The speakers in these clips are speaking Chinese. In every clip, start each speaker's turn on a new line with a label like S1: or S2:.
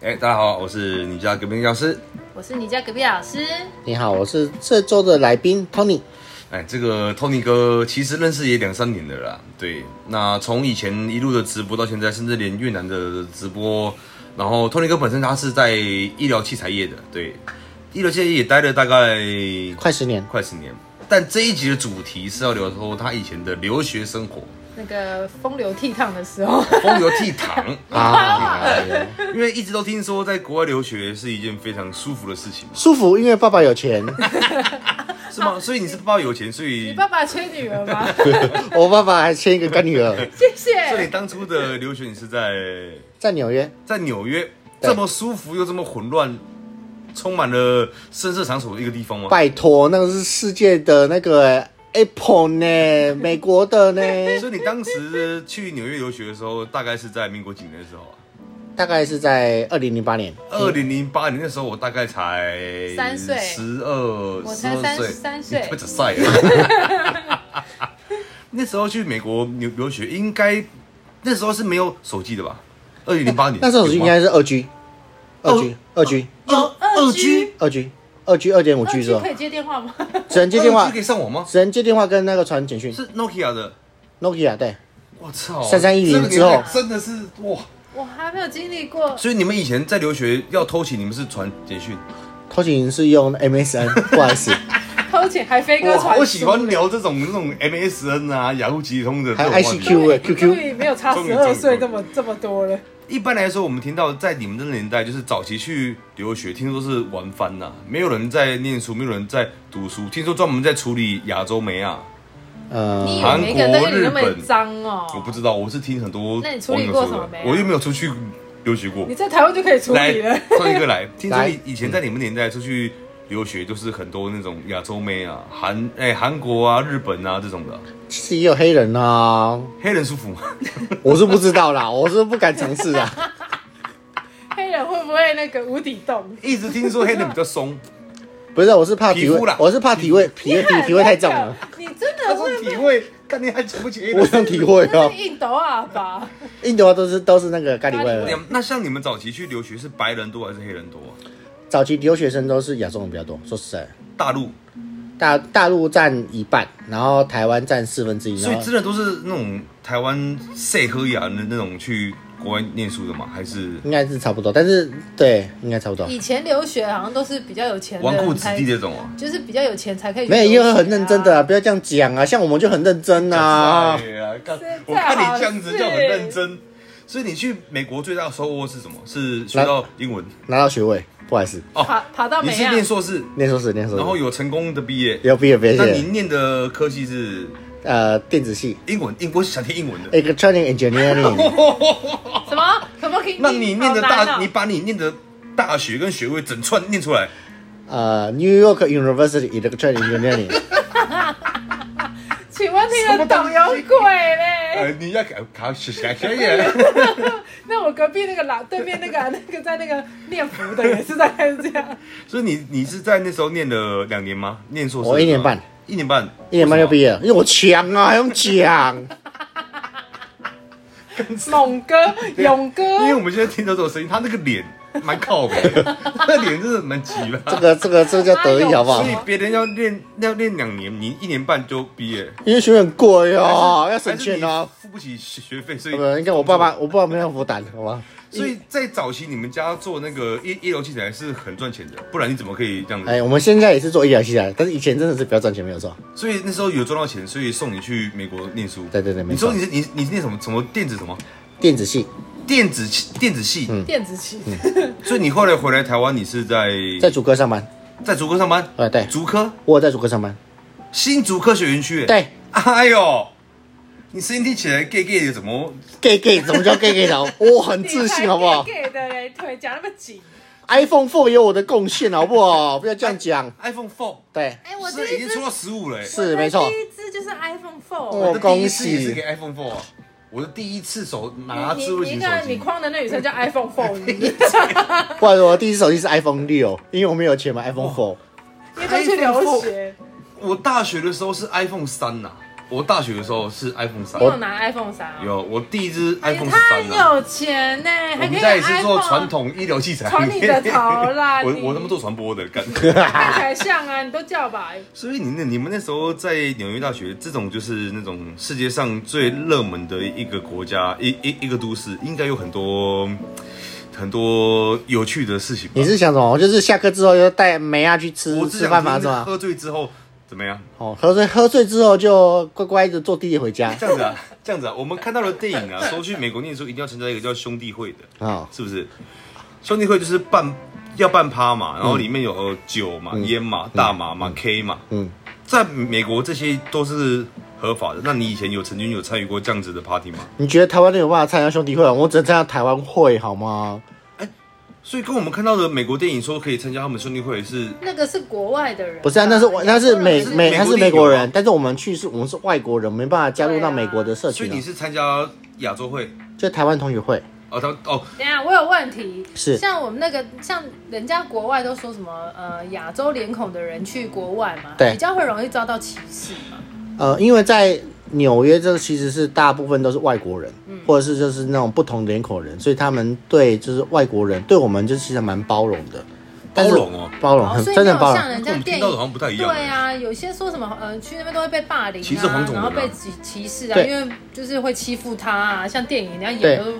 S1: 哎、大家好，我是你家隔壁教师。
S2: 我是你家隔壁老师，
S3: 你好，我是这周的来宾 Tony。
S1: 哎，这个 Tony 哥其实认识也两三年了啦。对，那从以前一路的直播到现在，甚至连越南的直播，然后 Tony 哥本身他是在医疗器材业的，对，医疗器材业也待了大概
S3: 快十年，
S1: 快十年。但这一集的主题是要聊说他以前的留学生活，
S2: 那个风流倜傥的时候，
S1: 风流倜傥
S3: 啊
S1: 因为一直都听说在国外留学是一件非常舒服的事情，
S3: 舒服，因为爸爸 有钱。
S1: 是吗？所以你是爸爸有钱，所以
S2: 你爸爸缺女儿吗？
S3: 我爸爸还签一个干女儿，
S2: 谢
S1: 所以
S2: 谢。
S1: 当初的留学你是在
S3: 在纽约。
S1: 在纽约
S3: 对
S1: 这么舒服又这么混乱，充满了声色场所的一个地方吗？
S3: 拜托，那个是世界的那个欸 Apple 呢，美国的呢，
S1: 所以你当时去纽约留学的时候，大概是在民国几年的时候啊？
S3: 大概是在二零零八年。
S1: 二零零八年那时候，我大概才
S2: 三岁
S1: 十二，
S2: 我
S1: 十
S2: 才
S1: 二
S2: 三
S1: 岁，
S2: 三岁
S1: 你不止晒了。 那时候去美国留留学，应该那时候是没有手机的吧？二零零八年哦啊
S3: 那时候应该是二 G，二 G，二 G，
S1: 二二 G，
S3: 二 G，二 G 二点五 G 是
S2: 那
S3: 吧
S2: 可？以接电话吗？
S3: 只能接电
S1: 二
S3: 话
S1: G 可，以上网吗？
S3: 只能接电话跟那个传简讯。
S1: 是 Nokia 的。
S3: Nokia 对，
S1: 我操，
S3: 3310
S1: 这个年
S3: 之后
S1: 代真的是哇！
S2: 我还没有经历过，
S1: 所以你们以前在留学要偷情，你们是传简讯。
S3: 偷情是用 MSN，不 好意思，
S2: 偷情还飞哥
S1: 哇，
S2: 传
S1: 我喜欢聊这种那种 MSN 啊、雅虎即通的这
S3: 还
S1: 种
S3: 有
S1: 话题。
S3: ICQ 哎
S2: 终
S3: QQ，
S2: 于没有差
S1: 终于
S2: 十
S1: 终于
S2: 二岁这么这么多了。
S1: 一般来说，我们听到在你们的年代，就是早期去留学，听说是玩翻呐、没有人在念书，没有人在读书，听说专门在处理亚洲美啊。
S3: 呃，
S2: 你以为每个人都有你
S1: 韩国
S2: 那
S1: 日
S2: 么
S1: 本
S2: 脏哦？
S1: 我不知道，我是听很多
S2: 那你处
S1: 网
S2: 理
S1: 友
S2: 过
S1: 说
S2: 什么
S1: 的
S2: 没啊
S1: 我又没有出去留学过
S2: 你。在台湾就可以处
S1: 来
S2: 理了。，
S1: 创一个 来，嗯听说
S3: 来
S1: 你以前在你们年代出去留学，都是很多那种亚洲妹啊，韩哎韩国啊、日本啊这种的，
S3: 其实也有黑人啊，
S1: 黑人舒服吗？
S3: 我是不知道啦， 我是不敢尝试啊。
S2: 黑人会不会那个无底洞？
S1: 一直听说黑人比较松，
S3: 不是，啊我是怕体
S1: 皮
S3: 味
S1: 肤啦，
S3: 我是怕体味，体味体体味太重 了，
S2: 你真
S1: 他
S2: 的
S1: 说
S2: 会
S1: 体味，看你还瞧不起黑
S3: 我
S1: 人。
S3: 用体味
S2: 那
S3: 啊
S2: 是。印度啊吧？
S3: 印度啊都是都是那个咖喱味
S2: 咖喱
S3: 了
S2: 味。
S1: 那像你们早期去留学是白人多还是黑人多啊、
S3: 早期留学生都是亚洲人比较多，说实在，
S1: 大陆，
S3: 大大陆占一半，然后台湾占四分之一，
S1: 所以
S3: 然后
S1: 真的都是那种台湾塞喝雅的那种去国外念书的吗？还是
S3: 应该是差不多，但是对，应该 差不多。
S2: 以前留学好像都是比较有钱的
S1: 纨绔
S2: 人
S1: 子
S2: 才
S1: 弟，这种啊？
S2: 就是比较有钱才可以去留学啊。
S3: 没有，也有很认真的啊，不要这样讲啊，像我们就很认真啊。
S1: 哎呀， 看
S2: 是
S1: 我看
S2: 最好
S1: 你这样子
S2: 是
S1: 就很认真。所以你去美国最大的收获是什么？是学到英文，哦
S3: 拿到学位，不好意思，
S2: 跑跑到
S1: 你
S2: 美
S1: 是
S2: 亚
S1: 念硕士，
S3: 念硕士，念硕士，
S1: 然后有成功的毕业。
S3: 有毕业别
S1: 那您
S3: 业，
S1: 念的科系是
S3: 呃，电子系
S1: 英文，英国想听英文 的。
S3: ，electronic engineering，
S2: 什么？可不可以？
S1: 那你念的
S2: 好难
S1: 大，
S2: 哦
S1: 你把你念的大学跟学位整串念出来，
S3: 呃，New York University electronic engineering，
S2: 请问听得
S1: 什
S2: 懂有
S1: 么东西
S2: 鬼嘞？
S1: 呃，你要考考学学
S2: 哎
S1: 学业。
S2: 那我隔壁那个老对面那个啊那个在那个念佛的也是大概是这 样，
S1: 所以你你是在那时候念了两年吗？念硕士？
S3: 我一年半，
S1: 一年半，
S3: 一年半就毕
S1: 业。
S3: 业了，因为我强啊，还用讲？
S2: 猛哥、勇哥，
S1: 因为我们现在听到这种声音，他那个脸蛮靠北的，那脸真的蛮急吧。
S3: 这个这个这个叫得意好不好
S1: 所？以别人要练要练两年，你一年半就毕业，
S3: 因为学费很贵哦，
S1: 还是
S3: 要省钱
S1: 还是
S3: 哦。，
S1: 你付不起学费，所以
S3: 对不对？你看我爸爸，我爸爸没有负担，好吗？
S1: 所以在早期你们家做那个医医疗器材是很赚钱的，不然你怎么可以这样子？
S3: 哎，我们现在也是做医疗器材，但是以前真的是比较赚钱，没有错。
S1: 所以那时候有赚到钱，所以送你去美国念书。
S3: 对对对
S1: 你
S3: 没
S1: 说
S3: 错
S1: 你是你你念什么什么电子什么
S3: 电子系
S1: 电子器电子系？
S3: 嗯
S2: 电子琴，
S1: 嗯所以你后来回来台湾，你是在
S3: 在竹科上班，
S1: 在竹科上班？
S3: 哎对
S1: 竹科
S3: 我有在竹科上班，
S1: 新竹科学园区。，
S3: 对
S1: 哎呦，你声音听起来 gay gay 的，怎么？
S3: ，gay gay 怎么叫 gay gay 佬？我很自信，好不好
S2: 你才 gay 的嘞，腿夹那么紧。
S3: ？iPhone Four 有我的贡献，好不好？不要这样讲，
S1: iPhone Four
S3: 对，
S2: 哎，我第
S1: 是已
S2: 一
S1: 经
S2: 只
S1: 出到十五了、欸，
S3: 是没错
S2: 第一只就是 iPhone
S3: 哦
S2: Four。
S1: 我的第一
S3: 恭
S1: 次
S3: 喜
S1: 也是给 iPhone Four 啊，我的第一次手拿
S2: 你
S1: 智慧
S2: 你
S1: 型
S2: 你
S1: 手
S2: 那个你
S1: 机。
S2: 框的那女生叫 iPhone Four，你
S3: 不然我第一只手机是 iPhone 六，因为我没有钱买 iPhone Four，
S2: 因为都去留学，
S1: 我大学的时候是 iPhone 三呐、我大学的时候是 iPhone 三
S2: 你，有拿 iPhone 三、啊？
S1: 有我第一支
S2: 你
S1: iPhone 三
S2: 太
S1: 啊。
S2: 有钱呢、
S1: 我
S2: 还
S1: 们
S2: 可以
S1: 家
S2: 买
S1: 也是做
S2: iPhone
S1: 传统医疗器材，
S2: 传你的头 啦
S1: 我
S2: 你
S1: 我他妈做传播的，干。
S2: 看 起来像啊，你都叫吧？
S1: 所以你那你们那时候在纽约大学，这种就是那种世界上最热门的一个国家，一一一个都市，应该有很多很多有趣的事情吧
S3: 你。是想什么？就是下课之后就带梅亚去吃
S1: 嗯我只
S3: 吃
S1: 想
S3: 饭嘛，是
S1: 听
S3: 吗？
S1: 喝醉之后怎么样？
S3: 哦，喝醉喝醉之后就乖乖的坐地铁 回家。
S1: 这样子啊，这样子啊，我们看到的电影 啊，说去美国念书一定要参加一个叫兄弟会的，
S3: 哦，
S1: 是不是？兄弟会就是办要办趴嘛，然后里面有酒嘛、烟嘛、大麻嘛、K 嘛，
S3: 嗯嗯，
S1: 在美国这些都是合法的。那你以前有曾经有参与过这样子的 party 吗？
S3: 你觉得台湾人有办法参加兄弟会吗？我只能参加台湾会，好吗？
S1: 所以跟我们看到的美国电影说可以参加他们兄弟会是
S2: 那个是国外的人吧，
S3: 不是啊，那是我，那是美
S1: 是
S3: 美，
S1: 美
S3: 他
S1: 国
S3: 是
S1: 地
S3: 美国
S1: 有啊
S3: 人，但是我们去是我们是外国人，没办法加入到美国的社
S1: 所以
S3: 群、啊
S1: 你，是参加亚洲会
S3: 就台湾同学会。
S1: 哦，他哦，
S2: 等一下，我有问题。
S3: 是
S2: 像我们那个，像人家国外都说什么，呃，亚洲脸孔的人去国外嘛，
S3: 对
S2: 比较会容易遭到歧视嘛。
S3: 呃，因为在纽约，这其实是大部分都是外国人，
S1: 嗯
S3: 或者是就是那种不同脸孔人，所以他们对就是外国人对我们就是其实蛮包容的，但是
S1: 包容哦
S3: 包容
S2: 哦
S3: 很
S2: 所以
S3: 真
S2: 没
S3: 的
S2: 有
S3: 包
S2: 像
S3: 容。
S2: 人
S1: 跟我
S2: 家
S1: 们
S2: 电
S1: 听到的好
S2: 影，
S1: 像不太一样。
S2: 对啊，有些说什么，呃，去那边都会被霸凌、啊，
S1: 歧视黄种人啊
S2: 然后被歧歧视啊，
S3: 对
S2: 因为就是会欺负他啊，像电影人家
S3: 对
S2: 演都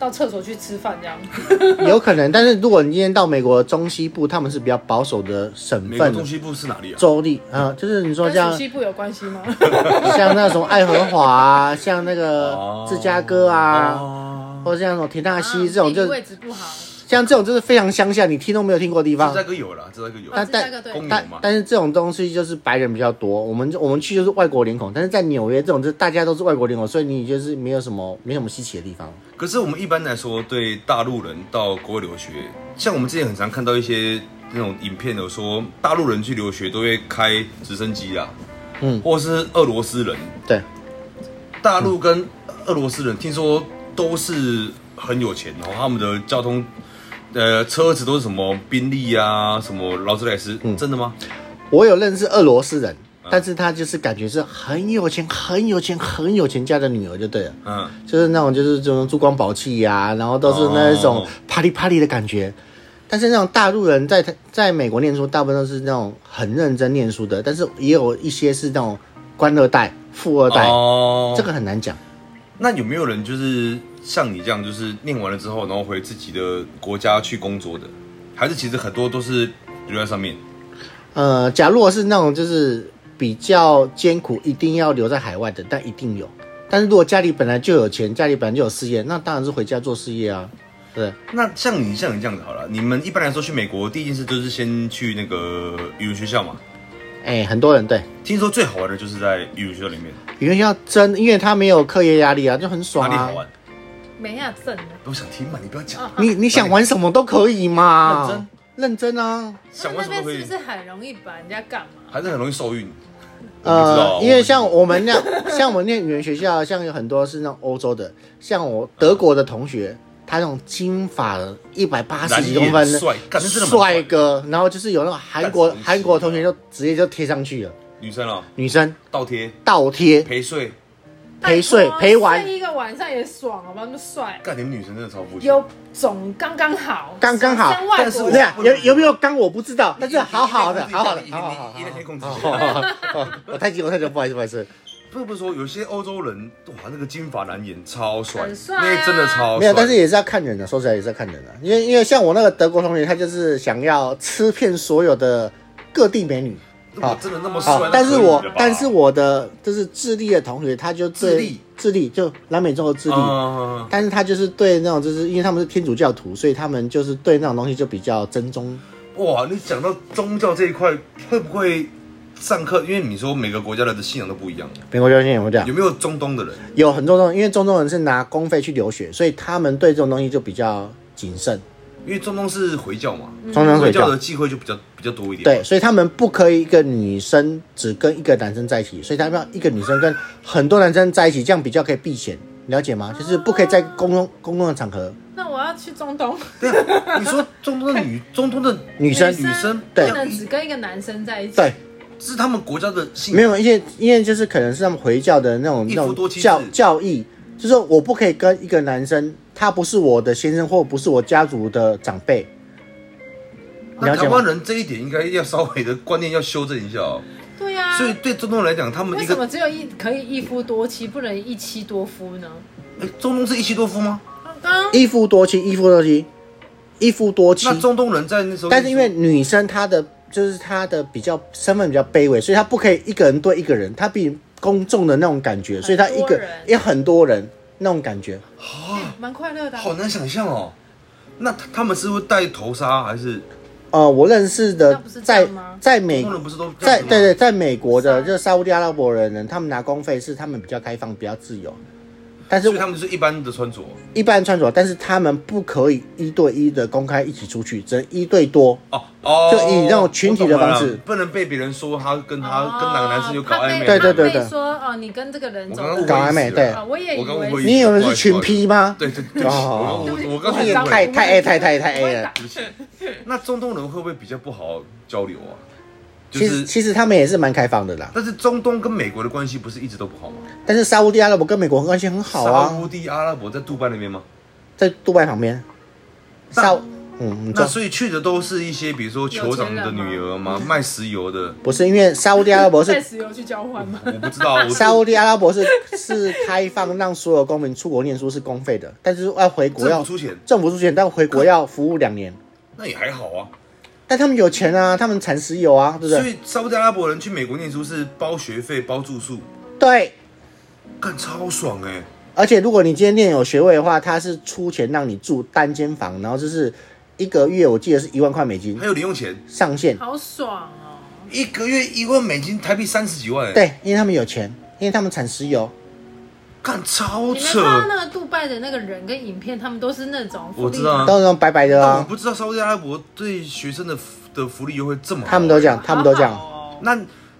S2: 到厕所去吃饭这样。
S3: 有可能，但是如果你今天到美国中西部，他们是比较保守的省
S1: 美国
S3: 份
S1: 中。西部是哪里啊？
S3: 州立啊、呃就是你说
S2: 跟
S3: 像
S2: 熟悉部有关系 吗？
S3: 像那种爱荷华啊，像那个
S1: 哦
S3: 芝加哥啊，
S1: 哦
S3: 或者像那种田纳西、
S2: 啊
S3: 这种，
S2: 地
S3: 就
S2: 理位置不好，啊
S3: 像这种就是非常乡下，你听都没有听过的地方
S1: 芝。加哥有啦，芝加哥有，
S3: 但
S2: 哦芝加哥对
S1: 公
S3: 但
S1: 牛嘛，
S3: 但是这种东西就是白人比较多，我们我们去就是外国脸孔，但是在纽约这种就是大家都是外国脸孔，所以你就是没有什么没什么稀奇的地方。
S1: 可是我们一般来说，对大陆人到国外留学，像我们之前很常看到一些那种影片，有说大陆人去留学都会开直升机啊，
S3: 嗯
S1: 或是俄罗斯人，
S3: 对，
S1: 大陆跟俄罗斯人听说都是很有钱，然后他们的交通，呃，车子都是什么宾利啊，什么劳斯莱斯，
S3: 嗯
S1: 真的吗？
S3: 我有认识俄罗斯人，
S1: 啊
S3: 但是他就是感觉是很有钱、很有钱、很有钱家的女儿就对了。
S1: 嗯，
S3: 就是那种就是这种珠光宝气呀、然后都是那种
S1: 哦
S3: 啪哩啪哩的感觉。但是那种大陆人在在美国念书，大部分都是那种很认真念书的，但是也有一些是那种官二代、富二代，
S1: 哦
S3: 这个很难讲。
S1: 那有没有人就是像你这样，就是念完了之后，然后回自己的国家去工作的？还是其实很多都是留在上面？
S3: 呃，假如我是那种就是比较艰苦，一定要留在海外的，但一定有。但是如果家里本来就有钱，家里本来就有事业，那当然是回家做事业啊。对，
S1: 那像你像你这样子好了，你们一般来说去美国第一件事就是先去那个语文学校嘛。
S3: 哎、很多人对
S1: 听说最好玩的就是在语文学校里面，
S3: 语言要真，因为他没有课业压力啊，就很
S1: 哪
S3: 爽
S1: 里
S3: 啊
S1: 好。玩？
S2: 没亚啊镇的。
S1: 我想听嘛，你不要 讲，
S3: 你你想玩什么都可以嘛，
S1: 认
S3: 认真啊。
S1: 想
S2: 那
S1: 玩什么
S2: 边
S1: 都可
S2: 是
S1: 以，
S2: 不是很容易把人家干嘛？
S1: 还是很容易受孕。我不知道
S3: 呃，因为像
S1: 我
S3: 我们那像我们念语言学校，像有很多是那种欧洲的，像我德国的同学，他那种金发一百八十
S1: 蓝
S3: 几
S1: 眼
S3: 公分的
S1: 帅干那真的蛮帅
S3: 帅哥，然后就是有那种韩国
S1: 干什么
S3: 韩国同学就直接就贴上去了，
S1: 女生啊，
S3: 女生
S1: 倒贴
S3: 倒贴
S1: 陪睡，
S3: 陪睡
S2: 拜托
S3: 陪玩
S2: 睡一个晚上也爽，好吗？那么帅，
S1: 干你们女生真的超肤浅。
S2: 有种刚刚好，
S3: 刚刚好
S2: 像外
S1: 但是
S2: 国
S1: 我
S3: 对
S2: 人
S3: 啊，有有没有刚我不知道，但是好好的，好好的，
S1: 一定
S3: 好好
S1: 一定可以控制
S3: 好好好好，好我太激动，太激动，不好意思，不好意思。
S1: 不得不说，有些欧洲人哇，那个金发蓝眼超帅，
S2: 很帅啊
S1: 那真的超帅。
S3: 没有，但是也是要看人的，说实在也是要看人的，因为因为像我那个德国同学，他就是想要吃遍所有的各地美女
S1: 如
S3: 好
S1: 果真的那么帅，
S3: 啊
S1: 那，
S3: 但是我
S1: 可以的吧
S3: 但是我的就是智利的同学，他就对
S1: 智利
S3: 智利就南美洲的智利，
S1: 嗯
S3: 但是他就是对那种就是因为他们是天主教徒，所以他们就是对那种东西就比较珍重。
S1: 哇，你讲到宗教这一块，会不会上课？因为你说每个国家的信仰都不一样，
S3: 美国教育有没有这样？
S1: 有没有中东的人？
S3: 有很多种，因为中东人是拿公费去留学，所以他们对这种东西就比较谨慎。
S1: 因为中东是回教嘛，
S3: 中嗯东回
S1: 嗯回教
S3: 教
S1: 的忌讳就比较比较多一点。
S3: 对，所以他们不可以一个女生只跟一个男生在一起，所以他们要一个女生跟很多男生在一起，这样比较可以避嫌，了解吗？就是不可以在公共公共的场合，
S2: 那我要去中东，
S1: 对啊，你说中东的女中东的
S3: 女生
S1: 女生
S3: 对
S2: 不能只跟一个男生在一起。
S3: 对，
S1: 是他们国家的信仰
S3: 没有，因为因为就是可能是他们回教的那种
S1: 嗯一
S3: 那
S1: 夫
S3: 种
S1: 多妻制
S3: 教教义，就是说我不可以跟一个男生，他不是我的先生或不是我家族的长辈，
S1: 那
S3: 了解
S1: 台
S3: 吗
S1: 湾人这一点应该要稍微的观念要修正一下哦。
S2: 对呀、
S1: 所以对中东来讲，他们
S2: 为
S1: 一
S2: 什
S1: 个
S2: 么只有一可以一夫多妻，不能一妻多夫呢？啊
S1: 诶哎中东是一妻多夫吗？
S2: 刚刚
S3: 一夫多妻，一夫多妻，一夫多妻
S1: 那。中东人在那时候，
S3: 但是因为女生她的就是她的比较身份比较卑微，所以她不可以一个人对一个人，她比公众的那种感觉，所以她一
S2: 很多
S3: 个
S2: 人
S3: 也很多人那种感觉。
S1: 啊，
S2: 蛮快乐的啊、
S1: 好难想象哦。那他他们是会戴头纱还是？
S3: 呃，我认识
S2: 那
S3: 的
S2: 不是这
S3: 在
S2: 样吗
S3: 在
S1: 中
S3: 美
S1: 东人不是都这样
S3: 在
S1: 子吗
S3: 对对，在美国的
S2: 是啊
S3: 就是沙烏地阿拉伯人呢，他们拿工费是他们比较开放、比较自由，但是
S1: 所以他们就是一般的穿着。
S3: 一般穿着，但是他们不可以一对一的公开一起出去，只能一对多。
S1: 哦哦，
S3: 就以那种群体的方式
S1: 我懂了不能被别人说他跟他、
S2: 哦
S1: 跟哪个男生有搞
S2: 怕
S1: 暧
S2: 被
S1: 昧。
S3: 对对对
S2: 怕被
S3: 对
S2: 说哦，你跟这个人
S1: 我
S2: 走
S1: 刚刚
S2: 得
S1: 误
S3: 搞
S1: 会
S3: 暧昧
S1: 意思
S3: 对
S1: 了
S2: 啊我也以为
S1: 我刚误会意思
S3: 你以为是群？
S1: 不好意思
S3: P 吗？
S1: 对对对不起，
S3: 哦
S1: 我
S2: 对不起
S1: 我我刚
S2: 我
S1: 才
S2: 很
S1: 也
S2: 当
S1: 会
S3: 太太 A 太太太哎
S2: 我会
S3: A 了
S2: 打。
S1: 对不起。那中东人会不会比较不好交流啊？就
S3: 其实
S1: 是，
S3: 其实他们也是蛮开放的啦，
S1: 但是中东跟美国的关系不是一直都不好吗？
S3: 但是沙烏地阿拉伯跟美国关系很好
S1: 沙
S3: 啊
S1: 烏，地阿拉伯在杜拜那边吗？
S3: 在杜拜旁边。
S1: 那
S3: 沙烏嗯，你
S1: 那
S3: 说
S1: 所以去的都是一些比如说酋长的女儿吗？卖石油的？
S3: 不是因为沙烏地阿拉 伯
S2: 带
S3: 是
S2: 石油去交换吗？
S1: 我不知 道，我
S3: 沙烏地阿拉伯是是开放让所有公民出国念书是公费的，但是要回国
S1: 政
S3: 要
S1: 府出钱，
S3: 政府出钱，但回国要服务两年。
S1: 那也还好啊。
S3: 但他们有钱啊，他们产石油啊，对不
S1: 所
S3: 对？
S1: 以沙烏地阿拉伯人去美国念书是包学费、包住宿，
S3: 对，
S1: 干超爽哎、
S3: 而且如果你今天念有学位的话，他是出钱让你住单间房，然后就是一个月我记得是一万块美金
S1: 还有零用钱，
S3: 上限。
S2: 好爽哦！
S1: 一个月一万美金，台币三十几万哎、
S3: 对，因为他们有钱，因为他们产石油。
S1: 干超
S2: 你没
S1: 扯
S2: 看。到那个杜拜的那个人跟影片，他们都是那种
S1: 我知道啊
S3: 都是那种白白的
S1: 但我
S3: 啊，
S1: 不知道沙烏地阿拉伯对学生的福的福利优惠这么好、欸
S3: 他们都这样，他们都这
S2: 好
S3: 样。
S2: 好哦
S1: 那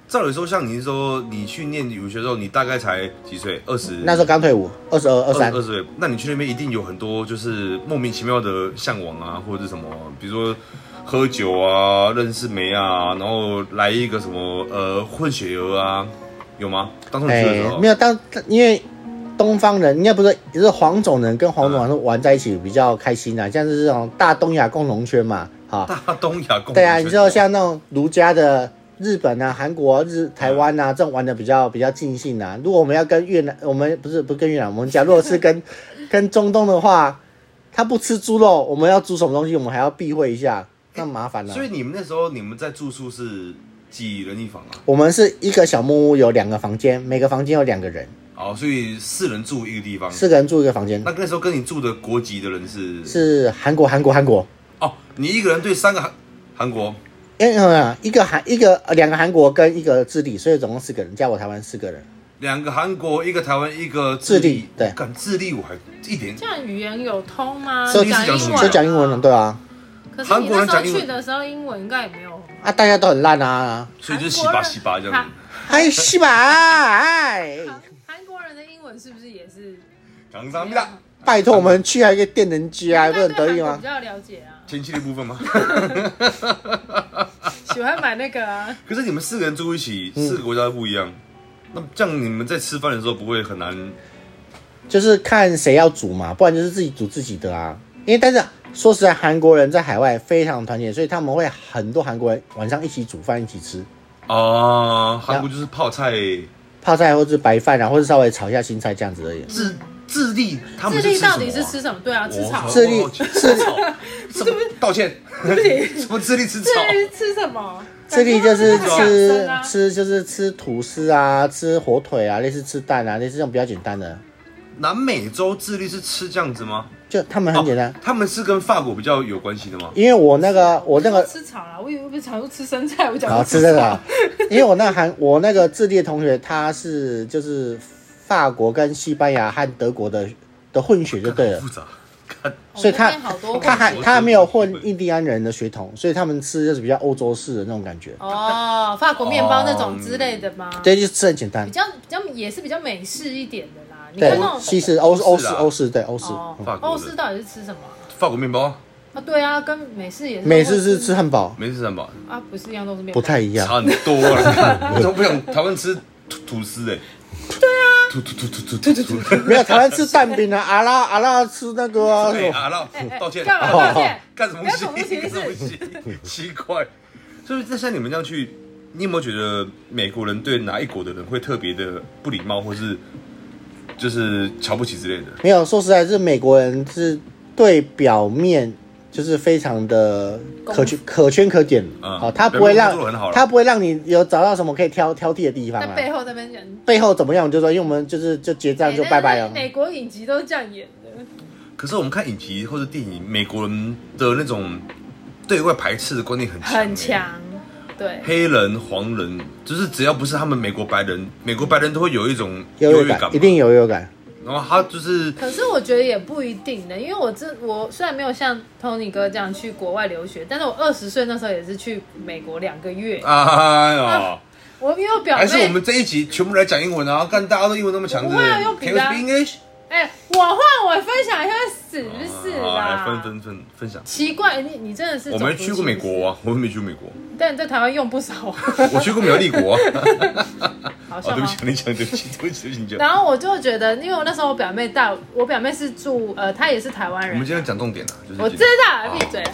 S1: 照理说，像你说你去念语学的时候，你大概才几岁？二十？
S3: 那时候刚退伍，二十二、二三
S1: 二，十岁？那你去那边一定有很多就是莫名其妙的向往啊，或者是什么，比如说喝酒啊、认识梅啊，然后来一个什么呃混血儿啊，有吗？当初你去的时候，
S3: 哎没有当，因为东方人应该不是，也是黄种人跟黄种人玩在一起比较开心啊，像是这种大东亚共荣圈嘛，啊，
S1: 大东亚共
S3: 对
S1: 荣
S3: 啊，
S1: 圈
S3: 你知道像那种儒家的日本啊、韩国啊、
S1: 嗯
S3: 日台湾啊，这种玩的比较比较尽兴啊。如果我们要跟越南，我们不是不是跟越南，我们假如果是跟 跟中东的话，他不吃猪肉，我们要煮什么东西，我们还要避讳一下，那麻烦了、
S1: 所以你们那时候你们在住宿是几人一房啊？
S3: 我们是一个小木屋，有两个房间，每个房间有两个人，
S1: 哦，所以四人住一个地方。
S3: 四个人住一个房间
S1: 那。那时候跟你住的国籍的人是
S3: 是韩国，韩国，韩国，
S1: 哦，你一个人对三个韩韩国
S3: 因为呃一个韩一个呃两个韩国跟一个智利，所以总共四个人，加我台湾四个人。
S1: 两个韩国，一个台湾，一个
S3: 智
S1: 利
S3: 利。对
S1: 干智利我还一点
S2: 这样语言有通吗？
S3: 所以
S2: 讲
S1: 讲
S2: 英
S1: 什
S2: 文
S1: 么
S2: 啊，
S3: 就讲英文了，对啊，
S2: 可是你
S1: 韩
S2: 那
S1: 国人
S2: 时候
S1: 讲英文
S2: 去的时候，英文应该也没有。
S3: 啊大家都很烂啊，
S1: 所以就是洗吧洗吧这样子，
S3: 哎西吧，哎，
S2: 韩韩国人的英文是不是也是？
S1: 讲啥咪啦？
S3: 拜托我们去还一个电人机啊，
S2: 应
S3: 不
S2: 该
S3: 是很
S2: 对
S3: 得意
S2: 韩国
S3: 吗
S2: 比？较了解啊，
S1: 前期的部分吗？
S2: 喜欢买那个啊。
S1: 可是你们四个人住一起，四个国家不一样，那这样你们在吃饭的时候不会很难？
S3: 就是看谁要煮嘛，不然就是自己煮自己的啊。因为但是说实在，韩国人在海外非常团结，所以他们会很多韩国人晚上一起煮饭一起吃，
S1: 哦，韩国就是泡菜，
S3: 泡菜或者是白饭啊，或者稍微炒一下新菜这样子而已。
S1: 智智利他们是
S2: 智利
S1: 吃什么啊
S2: 到底是吃什么？对啊，吃草。
S3: 智利
S1: 吃草，什么道歉？对 不起，什么智利吃草？
S2: 至于吃什么？
S3: 这里就是
S2: 感觉他们很
S3: 吃
S2: 养生啊
S3: 吃就是吃吐司啊，吃火腿啊，类似吃蛋啊，类似这种比较简单的，
S1: 南美洲智利是吃这样子吗？
S3: 就他们很简单。
S1: 哦他们是跟法国比较有关系的吗？
S3: 因为我那个呃我那个
S2: 吃草啊啦，我以为不是想说吃生菜， 我讲
S3: 好
S2: 说
S3: 吃这
S2: 草
S3: 个啊，因为我那韩我那个智利的同学，他是就是法国跟西班牙和德国的的混血就对 了
S1: 复，杂，看
S2: 哦
S3: 所以他
S2: 那边好多
S3: 他还
S1: 混血
S3: 他还没有混印第安人的血统，所以他们吃就是比较欧洲式的那种感觉，
S2: 哦，法国面包那种之类的吗？，
S3: 对，就是吃很简单
S2: 比，较比较也是比较美式一点的啦。你看
S3: 对
S2: 那，种
S3: 西式欧
S1: 式啊
S3: 欧式欧式对欧式，
S2: 哦
S1: 法国的
S2: 欧式到底是吃什么啊？
S1: 法国面包，
S2: 啊，对啊，跟美式也是，
S3: 美式是吃汉堡，
S1: 没吃汉堡，
S2: 啊，不是一样都是面包
S3: 不太一样。
S2: 哦
S1: 差很多了。为什么不想台湾吃吐吐司？哎，对啊，吐吐吐吐吐吐吐。
S3: 没有，台湾吃蛋饼啊，阿拉阿拉吃那个 啊，
S1: 哎
S3: 什么
S1: 啊，那道歉，
S2: 干嘛
S3: 哦
S2: 哦道歉？
S1: 干什么东西？
S2: 不要
S1: 干什
S2: 种
S1: 么
S2: 族
S1: 东西？奇怪，所以那像你们这样去，你有没有觉得美国人对哪一国的人会特别的不礼貌，或是就是瞧不起之类的？
S3: 没有。说实在，是美国人是对表面就是非常的可圈可圈可点
S1: 嗯
S3: 啊，他不会
S1: 表面工作得很好
S3: 让
S1: 了
S3: 他不会让你有找到什么可以挑挑剔的地方
S2: 在
S3: 啊。
S2: 背后那边讲，
S3: 背后怎么样，我就说，因为我们就是就结账就
S2: 哎
S3: 拜拜
S2: 那
S3: 了
S2: 那。美国影集都是这样演的，
S1: 可是我们看影集或者电影，美国人的那种对外排斥的观念很强、欸
S2: 很。强，对，
S1: 黑人、黄人，就是只要不是他们美国白人，美国白人都会有一种
S3: 优
S1: 优
S3: 越
S1: 越感嘛，
S3: 感一定有优越感，
S1: 然后他就是
S2: 可是我觉得也不一定呢，因为我这我虽然没有像 Tony 哥这样去国外留学，但是我二十岁那时候也是去美国两个月。
S1: 哎呦，
S2: 啊我因为我表妹，
S1: 还是我们这一集全部来讲英文啊！干，大家都英文那么强，
S2: 我
S1: 对
S2: 不
S1: 不
S2: 会
S1: 对
S2: 啊用笔
S1: ？Can
S2: 的
S1: you
S2: 啊
S1: speak English？
S2: 哎、我换我分享一下是不是啦？
S1: 啊来分分分分享。
S2: 奇怪，你你真的是
S1: 我没去过美国啊，我没去过美国，
S2: 但你在台湾用 不少啊，
S1: 我去过苗栗 国啊。
S2: 好
S1: 啊，
S2: 笑
S1: 对不
S2: 吗
S1: 起？，你讲，对不起，对不起，对不起，你讲。
S2: 然后我就觉得，因为我那时候我表妹带我我表妹是住呃，她也是台湾
S1: 我们
S2: 人，
S1: 今天讲重点啊，就是
S2: 我
S1: 今
S2: 知
S1: 天
S2: 道，闭嘴。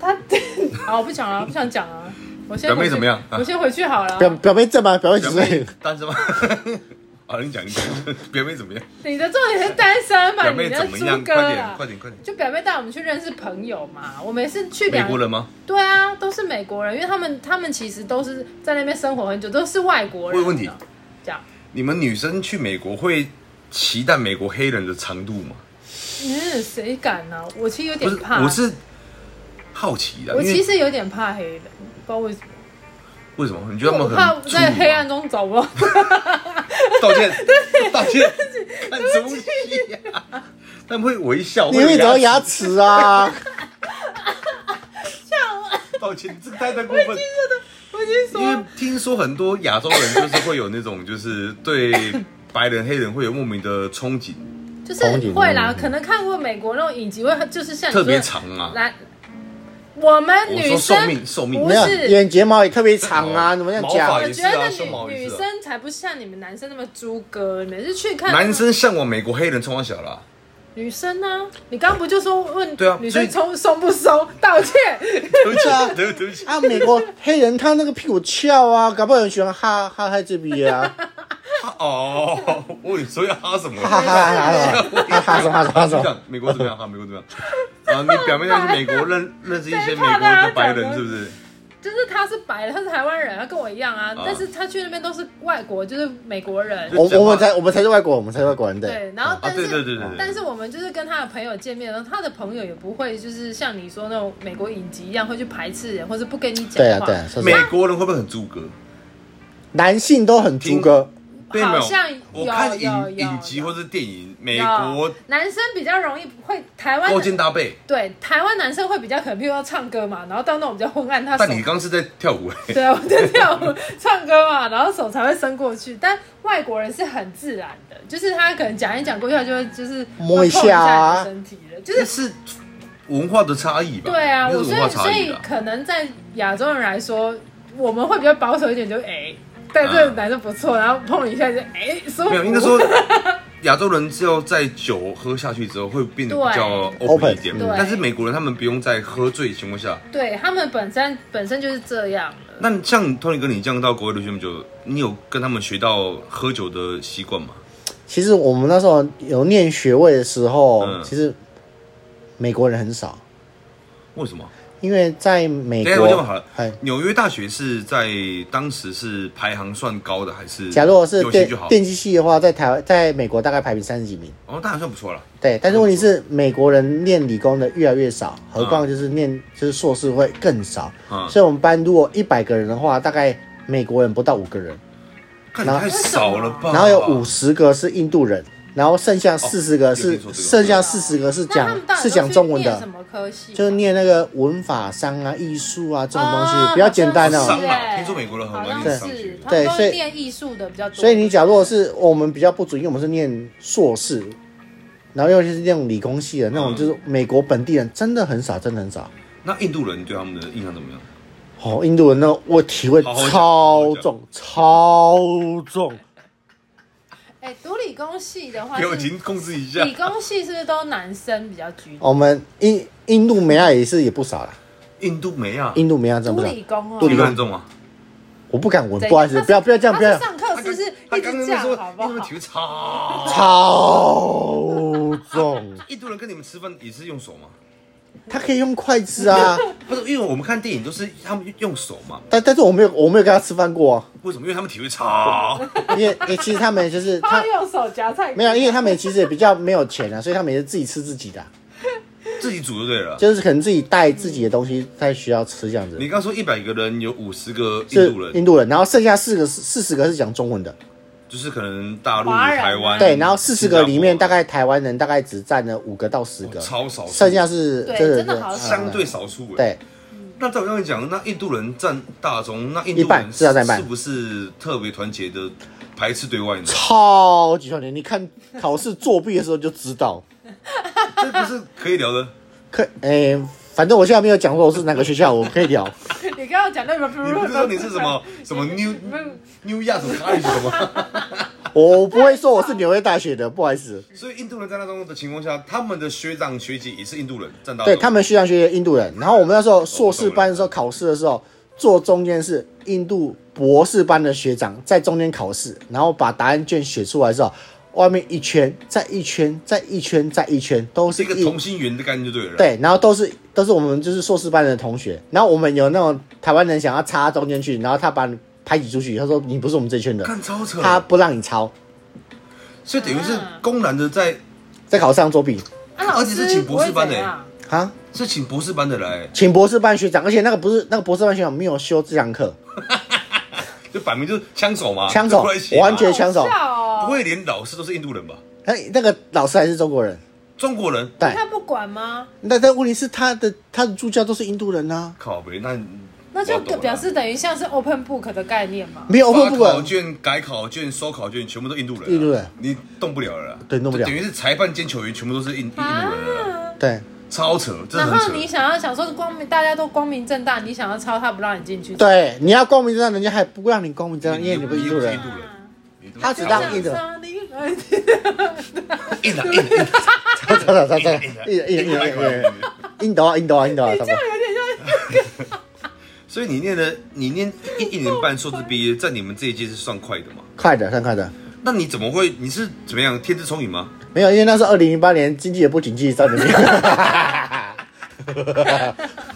S2: 她 好，我不讲了，不想讲了。我先
S1: 表妹
S2: 回去
S1: 怎么样啊
S2: 我先回去好了。
S3: 表表妹正吗？表妹几
S1: 表妹
S3: 岁？
S1: 单身吗？ 啊，你讲，你 讲，表妹怎么样？
S2: 你的重点是单身嘛？
S1: 表
S2: 你
S1: 妹
S2: 的
S1: 怎么样？
S2: 猪哥
S1: 快点，
S2: 啊
S1: 快。点，快点！
S2: 就表妹带我们去认识朋友嘛，我每次去
S1: 美
S2: 两
S1: 国人吗？
S2: 对啊，都是美国人，因为他们他们其实都是在那边生活很久，都是外国人。
S1: 我有问题，
S2: 这样，
S1: 你们女生去美国会期待美国黑人的长度吗？
S2: 嗯，谁敢呢、我其实有
S1: 不
S2: 点
S1: 是
S2: 怕，，
S1: 我是好奇的，
S2: 我
S1: 因
S2: 其
S1: 为
S2: 实有点怕黑人，不知道为什么，
S1: 为什么？你觉得他
S2: 我
S1: 们
S2: 怕
S1: 很啊粗
S2: 在
S1: 鲁
S2: 黑
S1: 吗
S2: 暗中找不到。
S1: 道歉，道歉，看什么东西啊？他们会微笑，
S3: 你会找
S1: 有
S3: 牙齿啊？
S1: 道歉，这个太太过分。
S2: 我已经
S1: 因为
S2: 说，
S1: 听说很多亚洲人就是会有那种，就是对白人、黑人会有莫名的憧憬，
S2: 就是会啦，可能看过美国那种影集，会就是像你
S1: 特别
S2: 说
S1: 长啊。
S2: 来，我们
S1: 我
S2: 女
S1: 说寿
S2: 生
S1: 命，寿命
S2: 不
S3: 没有，
S2: 是
S3: 眼睫毛也特别长啊，怎么样
S1: 毛
S3: 讲
S1: 发？
S2: 我
S1: 也
S2: 觉
S1: 是啊
S2: 得
S1: 胸毛
S2: 女
S1: 也是啊
S2: 女生才不像你们男生那么猪哥，你们是去看
S1: 男生向往美国黑人冲完小了啊，
S2: 女生呢、你刚刚不就说问
S1: 对啊
S2: 女
S1: 所以
S2: 生松松不松？道歉，
S1: 对不起
S3: 啊，
S1: 对对不起，
S3: 啊，美国黑人他那个屁股翘啊，搞不好有人喜欢哈哈嗨这边啊，
S1: 哈哦，我你说要哈什么？
S3: 哈哈哈哈哈哈什么哈什么哈什
S1: 你
S3: 么？
S1: 讲美国怎么样？哈，美国怎么样？啊，你表面上是美国认认识一些美国的白人，是不是？
S2: 就是他是白的，他是台湾人，他跟我一样啊，
S1: 啊
S2: 但是他去那边都是外国，就是美国人。
S1: 就
S3: 我我们才我们才是外国，我们才是外国人对。
S2: 对，然后
S1: 啊，
S2: 但是、
S1: 对对对对对。
S2: 但是我们就是跟他的朋友见面，然后他的朋友也不会就是像你说那种美国影集一样会去排斥人，或是不跟你讲话。
S3: 对啊对啊，说实
S1: 美
S3: 在
S1: 国人会不会很猪哥？
S3: 男性都很猪哥，
S1: 对没有？
S2: 好像有
S1: 我看
S2: 有
S1: 影
S2: 有
S1: 影集
S2: 有
S1: 或是电影，美
S2: 有
S1: 国
S2: 男生比较容易会台湾
S1: 勾肩搭背。
S2: 对台湾男生会比较可能，譬如说唱歌嘛，然后到那种比较昏暗，他手
S1: 但你刚刚是在跳舞欸，
S2: 对啊，我在跳舞、 唱歌嘛，然后手才会伸过去。但外国人是很自然的，就是他可能讲一讲过去，他就会就是
S3: 摸一
S2: 碰一
S3: 下啊
S2: 你的身体了，就
S1: 这
S2: 是。
S1: 是文化的差异吧？
S2: 对啊，
S1: 这
S2: 我
S1: 是
S2: 所
S1: 文化
S2: 以所
S1: 差异
S2: 以
S1: 啦。
S2: 可能在亚洲人来说，我们会比较保守一点就，哎，对这个
S1: 嗯
S2: 男生不错，然后碰一下就哎舒服。
S1: 没有，应该说亚洲人只要在酒喝下去之后会变得比较
S2: 对
S1: open
S3: open，
S1: 一点
S2: 对，
S1: 但是美国人他们不用在喝醉的情况下。
S2: 对他们本身本身就是这样了。
S1: 那像托尼哥，你这样到国外留学那么久，你有跟他们学到喝酒的习惯吗？
S3: 其实我们那时候有念学位的时候，
S1: 嗯
S3: 其实美国人很少，
S1: 为什么？
S3: 因为在美
S1: 等一下我这么好
S3: 国
S1: 了，
S3: 哎，
S1: 纽约大学是在当时是排行算高的，还是
S3: 假如我是
S1: 有些
S3: 电
S1: 就好？
S3: 电机系的话，在台湾在美国大概排名三十几名。
S1: 哦，那还算不错了。
S3: 对，但是问题是，美国人念理工的越来越少，何况就是念、就是硕士会更少。
S1: 嗯，
S3: 所以我们班如果一百个人的话，大概美国人不到五个人，
S1: 看你太少了吧？
S3: 然后有五十个是印度人，然后剩下四十个
S1: 哦有
S3: 是、
S1: 听说这个
S3: 剩下四十个是
S2: 那他
S3: 讲
S2: 们到底
S3: 是
S2: 都
S3: 讲
S2: 去
S3: 中文
S2: 念什
S3: 的，
S2: 么科系啊？
S3: 就是念那个文法商啊、艺术啊这种东西，
S2: 啊
S3: 比较简单
S2: 好像
S1: 商
S2: 是
S3: 哦。
S1: 啊
S2: 耶
S1: 听说美国人很
S2: 好
S1: 容易
S2: 像
S1: 念商学
S2: 是，他
S3: 对
S2: 们都
S3: 所以
S2: 是念艺术的比较多。
S3: 所以你假如是我们比较不准，因为我们是念硕士，然后尤其是那种理工系的那
S1: 嗯
S3: 种，就是美国本地人真的很少，真的很少。
S1: 那印度人对他们的印象怎么样？
S3: 哦，印度人那个我体会
S1: 好好讲好好
S3: 超
S1: 讲
S3: 重，超重。
S2: 哎，读理工系的 话，
S1: 给我
S2: 是
S1: 停，控制一下。
S2: 理工系是不是都男生比较居多？
S3: 我们印印度美亚也是也不少啦，
S1: 印度没啊，
S3: 印度美亚真
S2: 读
S3: 不少，
S2: 理工哦，
S3: 读
S1: 印
S3: 理
S1: 度
S3: 工
S1: 很重啊。
S3: 我不敢闻，
S2: 怎样
S3: 不好意思，
S2: 他是
S3: 不要不要这样，
S2: 他
S3: 不要
S2: 是上课是不是
S1: 他
S2: 一
S1: 刚
S2: 直
S1: 刚
S2: 这
S1: 就
S2: 样，
S1: 说
S2: 好不
S1: 你们
S2: 好
S1: 体？育差。
S3: 超重。
S1: 印度人跟你们吃饭也是用手吗？
S3: 他可以用筷子啊，
S1: 不是，因为我们看电影都是他们用手嘛。
S3: 但但是我没有我没有跟他吃饭过、啊，
S1: 为什么？因为他们体育 差。
S3: 因为因为其实他们就是
S2: 他
S3: 他
S2: 会用手夹菜，
S3: 没有，因为他们其实也比较没有钱啊，所以他们也是自己吃自己的啊、
S1: 自己煮就对了。
S3: 就是可能自己带自己的东西在学校吃这样子。
S1: 你刚说一百个人有五十个印
S3: 是
S1: 度人，
S3: 印度人，然后剩下四个四十个是讲中文的，
S1: 就是可能大陆、
S2: 华人啊
S1: 台湾
S3: 对，然后四十个里面大
S1: 概
S3: 概台湾人大概只占了五个到十个，
S1: 哦超少数，
S3: 剩下是
S2: 对
S3: 是
S2: 真的好少
S1: 相对少数欸。
S3: 对，
S1: 那照我刚才讲，那印度人占大宗，那印
S3: 一
S1: 度
S3: 半
S1: 人
S3: 至少占一半
S1: 是不是特别团结的排斥对外呢？
S3: 超级少年，你看考试作弊的时候就知道。
S1: 这不是可以聊的。
S3: 可哎、反正我现在没有讲说我是哪个学校，我可以 聊。
S2: 你刚刚讲那个，
S1: 你不是说你是什 么什么 New
S2: 不是
S1: New y a r 什么 college 什么？
S3: 我不会说我是纽约大学的，不好意思。
S1: 所以印度人在那中的情况下，他们的学长学姐也是印度人，占大宗。
S3: 对他们西洋学姐印度人，然后我们那时候硕士班的时候考试的时候，坐中间是印度博士班的学长在中间考试，然后把答案卷写出来之后，外面一圈再一圈再一圈再一圈都
S1: 是
S3: 是
S1: 一个
S3: 印
S1: 同啊心圆的概念就对了。，
S3: 对，然后都是都是我们就是硕士班的同学，然后我们有那种台湾人想要插中间去，然后他把你排挤出去，他说你不是我们这圈的，
S1: 看超扯。
S3: 他不让你抄，
S1: 所以等于是
S2: 啊
S1: 公然的在，
S3: 在考试上作弊
S2: 啊，老
S1: 而且
S2: 师
S1: 是请博士班的
S2: 不会怎样
S3: 啊。
S1: 是请博士班的来，
S3: 请博士班学长，而且那个不是那个博士班学长没有修这堂课，
S1: 就摆明就是枪手嘛，
S3: 枪手
S1: 就过来写嘛
S3: 完全枪手
S2: 好笑哦
S1: 不会连老师都是印度人吧？
S3: 他那个老师还是中国人，
S1: 中国人
S3: 对，
S2: 他不管吗？
S3: 那但问题是他的他的助教都是印度人呐、
S1: 靠北，那
S2: 那就
S1: 我懂了
S2: 表示等于像是 open book 的概念嘛。
S3: 没有
S1: 发
S3: open 不
S1: 考
S3: 管
S1: 卷、改考卷、收考卷，全部都印度人啊，
S3: 印度人
S1: 你动不了了啦，
S3: 对动不了
S1: 就等于是裁判兼球员全部都是印印度人了啦，
S2: 啊，
S3: 对
S1: 超扯，真
S2: 然
S1: 的很
S2: 后
S1: 扯。
S2: 你想要想说光明，大家都光明正大，你想要抄他不让你进去，
S3: 对，你要光明正大，人家还不让你光明正大，因为你不是印度
S1: 印
S3: 人
S1: 度。人
S2: 啊，
S1: 你都
S3: 他只当印度人
S2: 想你而
S1: 印了印了印了
S3: 操操操操操，印印印
S1: 印了印
S3: 印
S1: 了。
S3: 印度啊印度啊印度啊，差不多。
S1: 所以你念了，你念一一年半硕士毕业，在你们这一届是算快的嘛？
S3: 快的，算快的。
S1: 那你怎么会？你是怎么样天资聪颖吗？
S3: 没有，因为那是二零零八年经济也不景气，造成这个。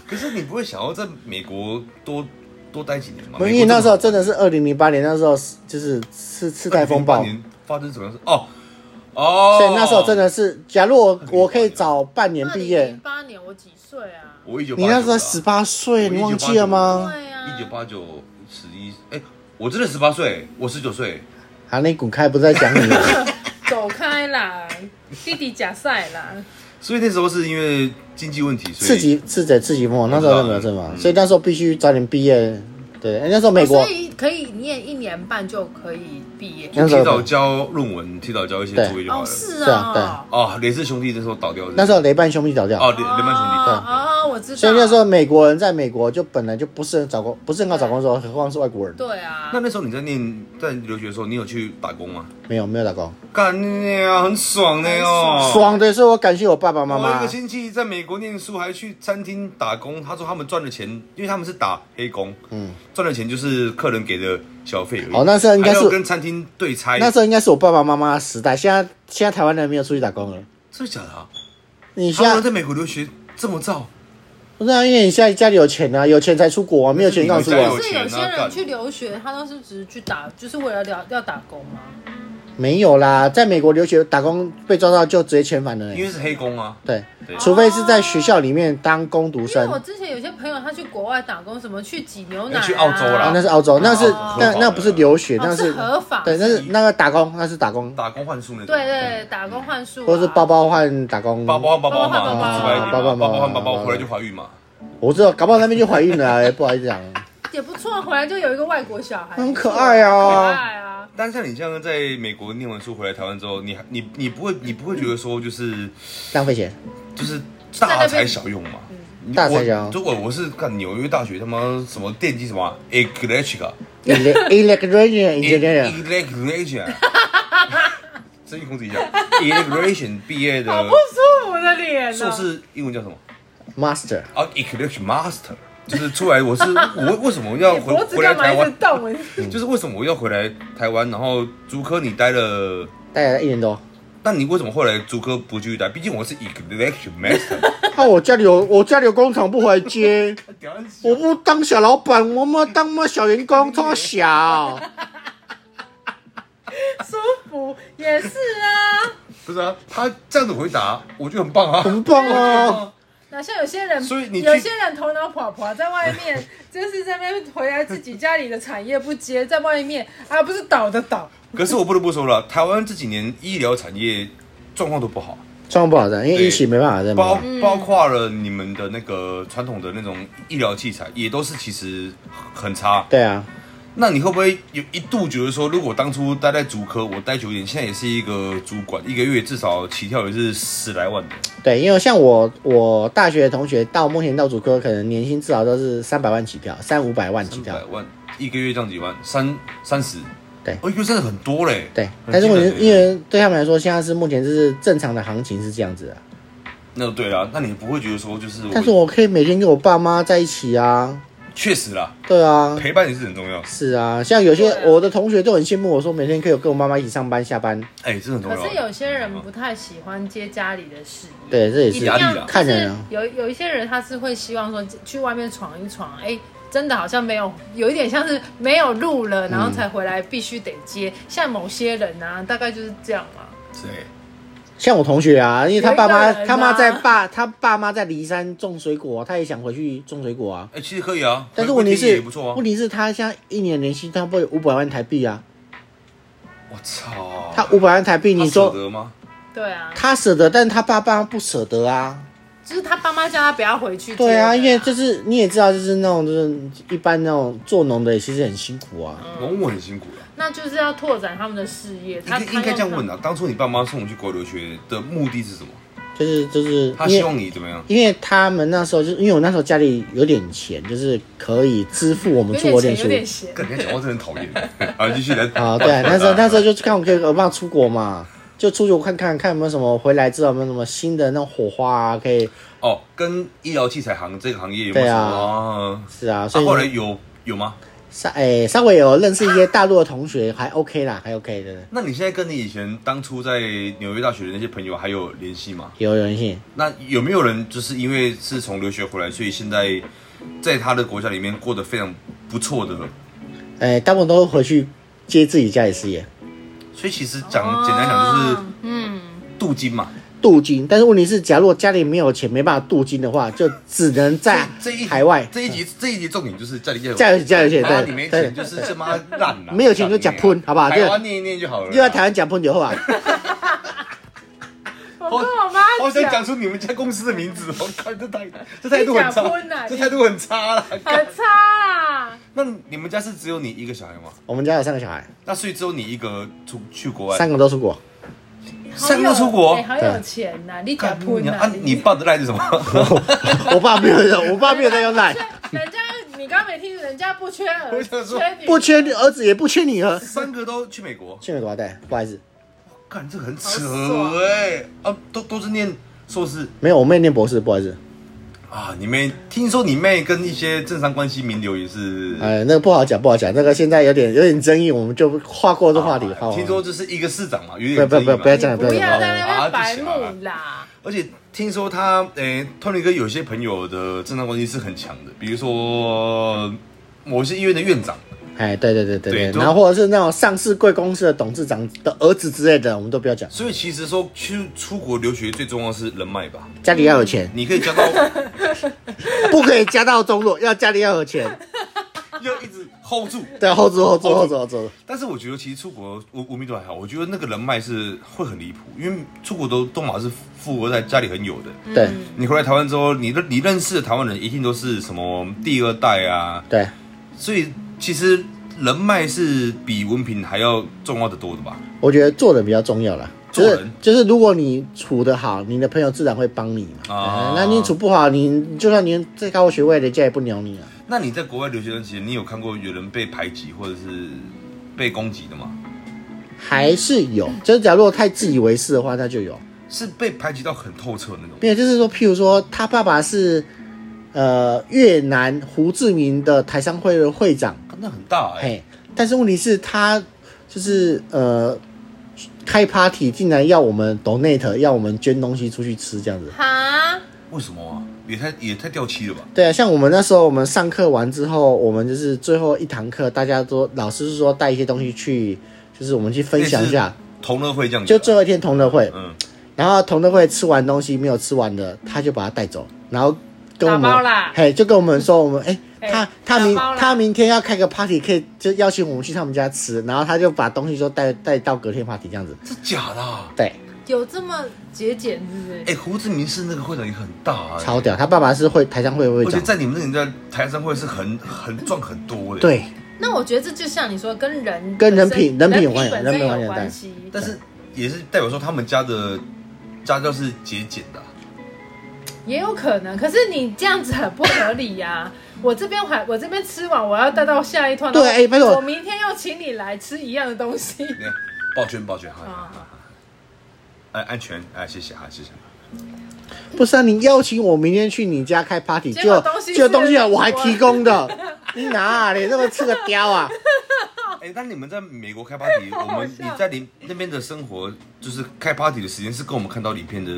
S1: 可是你不会想要在美国多多待几年吗？
S3: 因为那时候真的是二零零八年，那时候是就是次次贷风暴，
S1: 年发生什么事？哦哦，
S3: 所以那时候真的是，假如我我可以早半年
S2: 年
S3: 毕业
S2: 零，八年我几岁啊？
S1: 我一九
S3: 你那时候十八岁，
S1: 我
S3: 你忘记了吗？
S2: 对啊，
S1: 一九八九十一，哎，我真的十八岁，我十九岁，
S3: 啊，你滚开，不是在讲你。
S2: 走 开啦，弟弟假赛啦，
S1: 所以那时候是因为经济问题，所
S3: 刺
S1: 以
S3: 激刺激刺激梦，那时候真的没有正嘛，所以那时候必须早点毕业。对，哎那时候美国
S2: 哦所以可以念一年半就可以毕业。
S3: 那时
S1: 提早
S3: 候
S1: 交论文，提早交一些作业就好
S2: 哦，
S1: 了。
S2: 是
S3: 是啊
S2: 啊，
S1: 哦，雷氏兄弟那时候倒掉，
S3: 那时候雷曼兄弟倒掉
S1: 哦，，
S2: 对
S1: 雷雷曼兄弟，
S2: 哦，我知道。
S3: 所以那时候美国人在美国就本来就不是很找工，不是很好找工作，何况是外国人。
S2: 对啊
S1: 那，那时候你在念在留学的时候，你有去打工吗？
S3: 没有没有打工，
S1: 干你啊，很爽的哦！
S3: 爽的是我感谢我爸爸妈
S1: 我有一
S3: 妈
S1: 个。亲戚在美国念书，还去餐厅打工。他说他们赚的钱，因为他们是打黑工，嗯，赚的钱就是客人给的小费而已。
S3: 哦那时候应该是
S1: 还要跟餐厅对拆，
S3: 那时候应该是我爸爸妈妈的时代，现在现在台湾人没有出去打工了。
S1: 真的假的、啊？
S3: 你
S1: 他
S3: 现
S1: 们
S3: 在
S1: 在美国留学这么造，
S3: 不是啊，因为你现在家里有钱啊，有钱才出国啊，没有钱干嘛出
S1: 那是你
S3: 国
S1: 们？
S2: 是有些人去留学，他都是只是去打，就是为了要要打工嘛。
S3: 没有啦，在美国留学打工被抓到就直接遣返了
S1: 因
S3: 呢。
S1: 为是黑工啊。
S3: 对
S1: 对，
S3: 除非是在学校里面当工读
S2: 因为
S3: 生。
S2: 我之前有些朋友他去国外打工，什么去挤牛奶、啊，
S1: 去澳洲啦
S3: 啊，那是澳洲，那是
S2: 哦
S3: 那
S1: 合法
S3: 那
S1: 的
S3: 不是留学，
S2: 哦
S3: 那
S2: 是合法
S3: 对，那是那个打工，那是打工，
S1: 打工换宿那种，
S2: 对对，打工换宿、啊，
S3: 或者是包包换打工。
S1: 包包包包嘛，
S2: 包包换包包
S1: 直白一点嘛，
S3: 包包
S1: 包
S3: 包
S1: 包换包
S3: 包
S1: 包
S3: 包
S1: 回来就怀孕嘛。
S3: 我知道，搞不好那边就 怀孕了，哎不好意思讲。
S2: 也不错，回来就有一个外国小孩，
S3: 很可爱啊
S2: 可爱啊。
S1: 但是像你像在美国念完书回来台湾之后，你还你你不会你不会觉得说就是
S3: 浪费钱。
S1: 就是大材小用嘛。你
S3: 大哦材小用
S1: 我如果我是看纽约大学他妈什么电机什么啊 electric
S3: Ele- Electrician engineer，
S1: electrician，真空自己讲 electrician 毕业
S2: 好
S1: 的
S2: 不舒服的脸
S1: 硕
S2: 哦。
S1: 士英文叫什么？
S3: master，
S1: 啊 electrician master，就是出来我是我为什么要
S2: 你
S1: 回
S2: 脖子
S1: 回来
S2: 干嘛嗯
S1: 台
S2: 一直
S1: 湾？
S2: 动？
S1: 就是为什么我要回来台湾？然后竹科你待了。
S3: 大概一年多。
S1: 那你为什么后来竹科不继续待？毕竟我是 electric master，
S3: 啊，我家里有我家里有工厂不回来接， 我不当小老板，我们当妈小员工，超小。
S2: 舒服也是啊。
S1: 不是啊，他这样的回答我就很棒啊，
S3: 很棒哦！
S2: 哪像有些人，
S1: 所以你去
S2: 有些人头脑跑跑在外面，就是在那边回来自己家里的产业不接，在外面啊不是倒的倒，
S1: 可是我不得不说了，台湾这几年医疗产业状况都不好，
S3: 状况不好的，因为
S1: 对
S3: 疫情没办法在
S1: 包
S3: 忙。
S2: 嗯
S1: 包括了你们的那个传统的那种医疗器材，也都是其实很差。
S3: 对啊，
S1: 那你会不会有一度觉得说，如果当初待在主科，我待久一点，现在也是一个主管，一个月至少起跳也是十来万的，
S3: 对，因为像我我大学的同学到目前到主科，可能年薪至少都是三百万起跳，三五百万起
S1: 三
S3: 跳
S1: 百。万一个月这样几万，三三十，
S3: 对
S1: 哦，一个月真的很多嘞。
S3: 对，
S1: 很
S3: 但是
S1: 惊
S3: 我
S1: 人
S3: 觉得
S1: 耶
S3: 因为对他们来说，现在是目前就是正常的行情是这样子的。啊
S1: 那对啊，那你不会觉得说
S2: 嗯
S1: 就是
S3: 但是我可以每天跟我爸妈在一起啊，
S1: 确实啦，
S3: 对啊，
S1: 陪伴也是很重要，
S3: 是啊，像有些
S2: 对啊
S3: 我的同学都很羡慕我说每天可以跟我妈妈一起上班下班。
S1: 哎，这很重
S3: 啊
S2: 可
S1: 要。嗯
S2: 是有些人不太喜欢接家里的事业。
S3: 对，这也
S2: 一
S3: 是
S2: 定要
S1: 压力啊
S3: 看人啊
S2: 就是有有一些人他是会希望说去外面闯一闯，哎、真的好像没有，有一点像是没有路了，然后才回来必须得接。像某些人啊，大概就是这样嘛。
S1: 谁？
S3: 像我同学啊，因为他爸
S2: 有
S3: 妈
S2: 一个人啊
S3: 他妈在爸他爸妈在骊山种水果，啊他也想回去种水果啊。
S1: 哎、其实可以啊，
S3: 但是问题
S1: 回归天
S3: 是
S1: 也不错啊
S3: 问。题是他现在一年年薪差不多五百万台币啊，
S1: 我操，
S3: 他五百万台币，你
S1: 他舍
S3: 说
S1: 得吗？
S2: 对啊，
S3: 他舍得，但他爸爸不舍得啊。
S2: 就是他爸妈叫他不要回去接的。
S3: 对啊，因为就是你也知道，就是那种就是一般那种做农的，其实很辛苦啊。
S1: 农我很辛苦了，
S2: 那就是要拓展他们的事业。
S1: 应
S2: 他
S1: 该应该这样问
S2: 啊。
S1: 啊。当初你爸妈送你去国外留学的目的是什么？
S3: 就是就是
S1: 他希
S3: 因为
S1: 望你怎么样？
S3: 因为他们那时候就是因为我那时候家里有点钱，就是可以支付我们出
S2: 有
S3: 国
S2: 点
S3: 念
S2: 闲，
S3: 书
S2: 有。点闲。
S1: 跟人家讲话真的很讨厌。 啊，继续来。
S3: 啊，对， 那时候那时候就是看我可以有办法出国嘛，就出去我看看看有没有什么回来之后有没有什么新的那种火花啊，可以
S1: 哦，跟医疗器材行这个行业有没有
S3: 对
S1: 什
S3: 啊
S1: 么？
S3: 是啊，
S1: 他、
S3: 所
S1: 啊、
S3: 以
S1: 后来有有吗？
S3: 稍哎、稍微有认识一些大陆的同学，还 OK 啦，还 OK 的，
S1: 那你现在跟你以前当初在纽约大学的那些朋友还有联系吗？
S3: 有有人信，
S1: 那有没有人就是因为是从留学回来，所以现在在他的国家里面过得非常不错的？
S3: 哎、大部分都回去接自己家里事业
S1: 所以其实讲简单讲就是
S2: 哦，嗯。
S1: 镀金嘛，
S3: 镀金，但是问题是，假如我家里没有钱，没办法镀金的话，就只能在
S1: 这一
S3: 海外嗯
S1: 这一集这一集重点就是家里要有
S3: 家里家里钱，
S1: 妈你没
S3: 对
S1: 钱
S3: 对，
S1: 就是这妈烂啊了，
S3: 没有钱就假喷好不好
S1: 台湾念一念就好了。
S3: 又在台湾讲朋 友话，
S2: 我跟我妈
S1: 好想哦
S2: 讲，
S1: 讲出你们家公司的名字，我靠，这态这态度很
S2: 你假喷
S1: 差
S2: 啊，
S1: 这态度很差了。
S2: 很差啦。
S1: 那你们家是只有你一个小孩吗？
S3: 我们家有三个小孩，
S1: 那所以只有你一个出去国外，
S3: 三个都出国，
S2: 好
S1: 三
S2: 有
S1: 个出国
S2: 哎，，好有钱呐！你假
S1: 干
S2: 喷
S1: 你
S2: 呐
S1: 啊！你爸的赖是什么？
S3: 我爸没有，我爸没有在用赖。
S2: 人家你刚没听，人家不缺儿
S1: 我
S2: 子，
S1: 想说
S2: 缺女，
S3: 不缺你儿子，也不缺你儿。
S1: 三个都去美国，
S3: 去美国对，不好意思，
S1: 干这个很
S2: 好
S1: 扯
S2: 爽
S1: 哎、啊，都都是念硕士
S3: 没有，我妹念博士，不好意思，
S1: 啊！你妹听说你妹跟一些政商关系名流也是，
S3: 哎，那个不好讲，不好讲，那个现在有点有点争议，我们就划过这话题。好，
S1: 啊听说就是一个市长嘛，有
S3: 不要
S1: 点
S3: 不要
S1: 争议
S3: 不要
S1: 嘛。
S2: 不
S3: 不要这样，这
S2: 要
S3: 样
S2: 在那
S1: 啊
S2: 边
S1: 就
S2: 白
S1: 行了
S2: 目啦。
S1: 而且听说他，诶、托尼哥有些朋友的政商关系是很强的，比如说某些医院的院长，
S3: 哎，对对对对
S1: 对
S3: 对，
S1: 都
S3: 然后或者是那种上市贵公司的董事长的儿子之类的，我们都不要讲，
S1: 所以其实说去出国留学最重要的是人脉吧，
S3: 家里要 有钱，
S1: 你可以交 到，
S3: 不可以家道中落，要家里要 有钱。
S1: 要一直 hold 住。
S3: 对，后住后住后住后住，
S1: 但是我觉得其实出国，我我民族还好，我觉得那个人脉是会很离谱，因为出国都都嘛是富二代，家里很有的。
S3: 对
S1: 你回来台湾之后，你认你认识的台湾人一定都是什么第二代啊，
S3: 对
S1: 所以其实人脉是比文凭还要重要的多的吧？
S3: 我觉得做人比较重要啦。就
S1: 做
S3: 是
S1: 人
S3: 就是，如果你处得好，你的朋友自然会帮你嘛。
S1: 啊
S3: 哎那你处不好，你就算你再高学位，人家也不鸟你啊了。
S1: 那你在国外留学的期间，你有看过有人被排挤或者是被攻击的吗？
S3: 还是有，
S1: 嗯
S3: 就是假如果太自以为是的话，那就有。
S1: 是被排挤到很透彻那种？
S3: 没有，就是说，譬如说，他爸爸是呃越南胡志明的台商会的会长，
S1: 那很大哎、
S3: 嘿，但是问题是，他就是呃开 party 竟然要我们 donate，要我们捐东西出去吃这样子。
S2: 哈，
S1: 为什么啊？也太也太掉漆了吧？
S3: 对啊，像我们那时候，我们上课完之后，我们就是最后一堂课，大家都老师是说带一些东西去，就是我们去分享一下。
S1: 同乐会这样子
S3: 就
S1: 啊，
S3: 最后一天同乐会，
S1: 嗯，
S3: 然后同乐会吃完东西没有吃完的，他就把它带走，然后跟我
S2: 打包
S3: 们
S2: 啦，
S3: 嘿，就跟我们说我们哎、
S2: 哎
S3: 他他明
S2: 打包啦
S3: 他明天要开个 party，可以就邀请我们去他们家吃，然后他就把东西都带带到隔天 party 这样子。
S1: 是假的、啊。
S3: 对，
S2: 有这么节俭是不是？
S1: 哎、胡志明市那个会长也很大哎、
S3: 超屌！他爸爸是会台商会会
S1: 而且，
S3: 长
S1: 在你们那个年代，台商会是很很赚很多欸的。，
S3: 对，
S2: 那我觉得这就像你说，跟人
S3: 跟人
S2: 本身
S3: 品
S2: 人
S3: 人品有关
S2: 本身
S3: 系人品有
S2: 有
S3: 关
S2: 关
S3: 系
S2: 系。
S1: 但是也是代表说他们家的家教是节俭的啊、
S2: 也有可能，可是你这样子很不合理呀、 我这边还我这边吃完，我要带到下一趟。
S3: 对
S2: 然后
S3: 哎拜托
S2: 我明天要请你来吃一样的东西。
S1: 你看抱歉抱歉，哈哈
S2: 啊
S1: 哈哈。哎，安全，哎，谢谢，哈，谢谢。
S2: 啊
S3: 不是啊，你邀请我明天去你家开 party，
S2: 结果
S3: 就
S2: 东西
S3: 就是东西啊，
S2: 美
S3: 我
S2: 国
S3: 还提供的， 你哪、啊、你这么吃个雕啊？
S1: 哎，但你们在美国开 party，
S2: 好
S1: 我们
S2: 笑
S1: 你在你那边的生活，就是开 party 的时间是跟我们看到影片的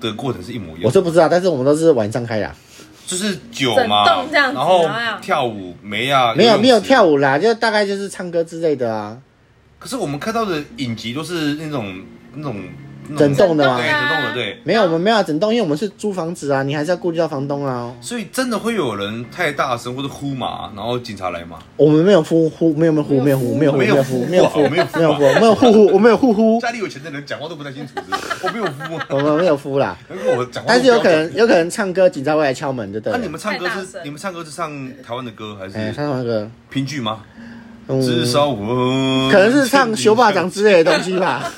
S1: 的过程是一模一
S3: 我
S1: 样
S3: 是，不知道，但是我们都是晚上开啊的，
S1: 就是酒
S2: 整
S1: 嘛
S2: 栋，这样子
S1: 然后
S2: 然后
S1: 跳舞没啊？
S3: 没有没有跳
S1: 舞。
S3: 舞啦，就大概就是唱歌之类的啊。
S1: 可是我们看到的影集都是那种那种那种
S3: 整栋的嘛
S1: 对，整栋的对。
S3: 没有，我们没有整栋，因为我们是租房子啊，你还是要顾及到房东啊。
S1: 所以真的会有人太大声或者呼嘛，然后警察来吗？
S3: 我们没有呼呼，没有没有呼，没有呼，没有呼，
S1: 没
S3: 没
S1: 有
S3: 有
S1: 呼
S3: 呼，没有呼，
S1: 没有呼
S3: 没有呼，没有呼呼，我没有呼呼，
S1: 家里有钱的人讲话都不太清楚，是不是我没有呼啊，
S3: 我们没有呼啦。
S1: 如果我讲话，
S3: 哦但是有可。能有可能唱歌，警察会来敲门，对
S1: 那、
S3: 不对
S1: 啊你
S3: 了？
S1: 们唱歌
S2: 太大
S1: 是
S2: 声
S1: 你们唱歌是唱台湾的歌还
S3: 哎，
S1: 是
S3: 唱那个，
S1: 评剧吗？
S3: 嗯，
S1: 至少我
S3: 可能是唱修霸掌之类的东西 吧。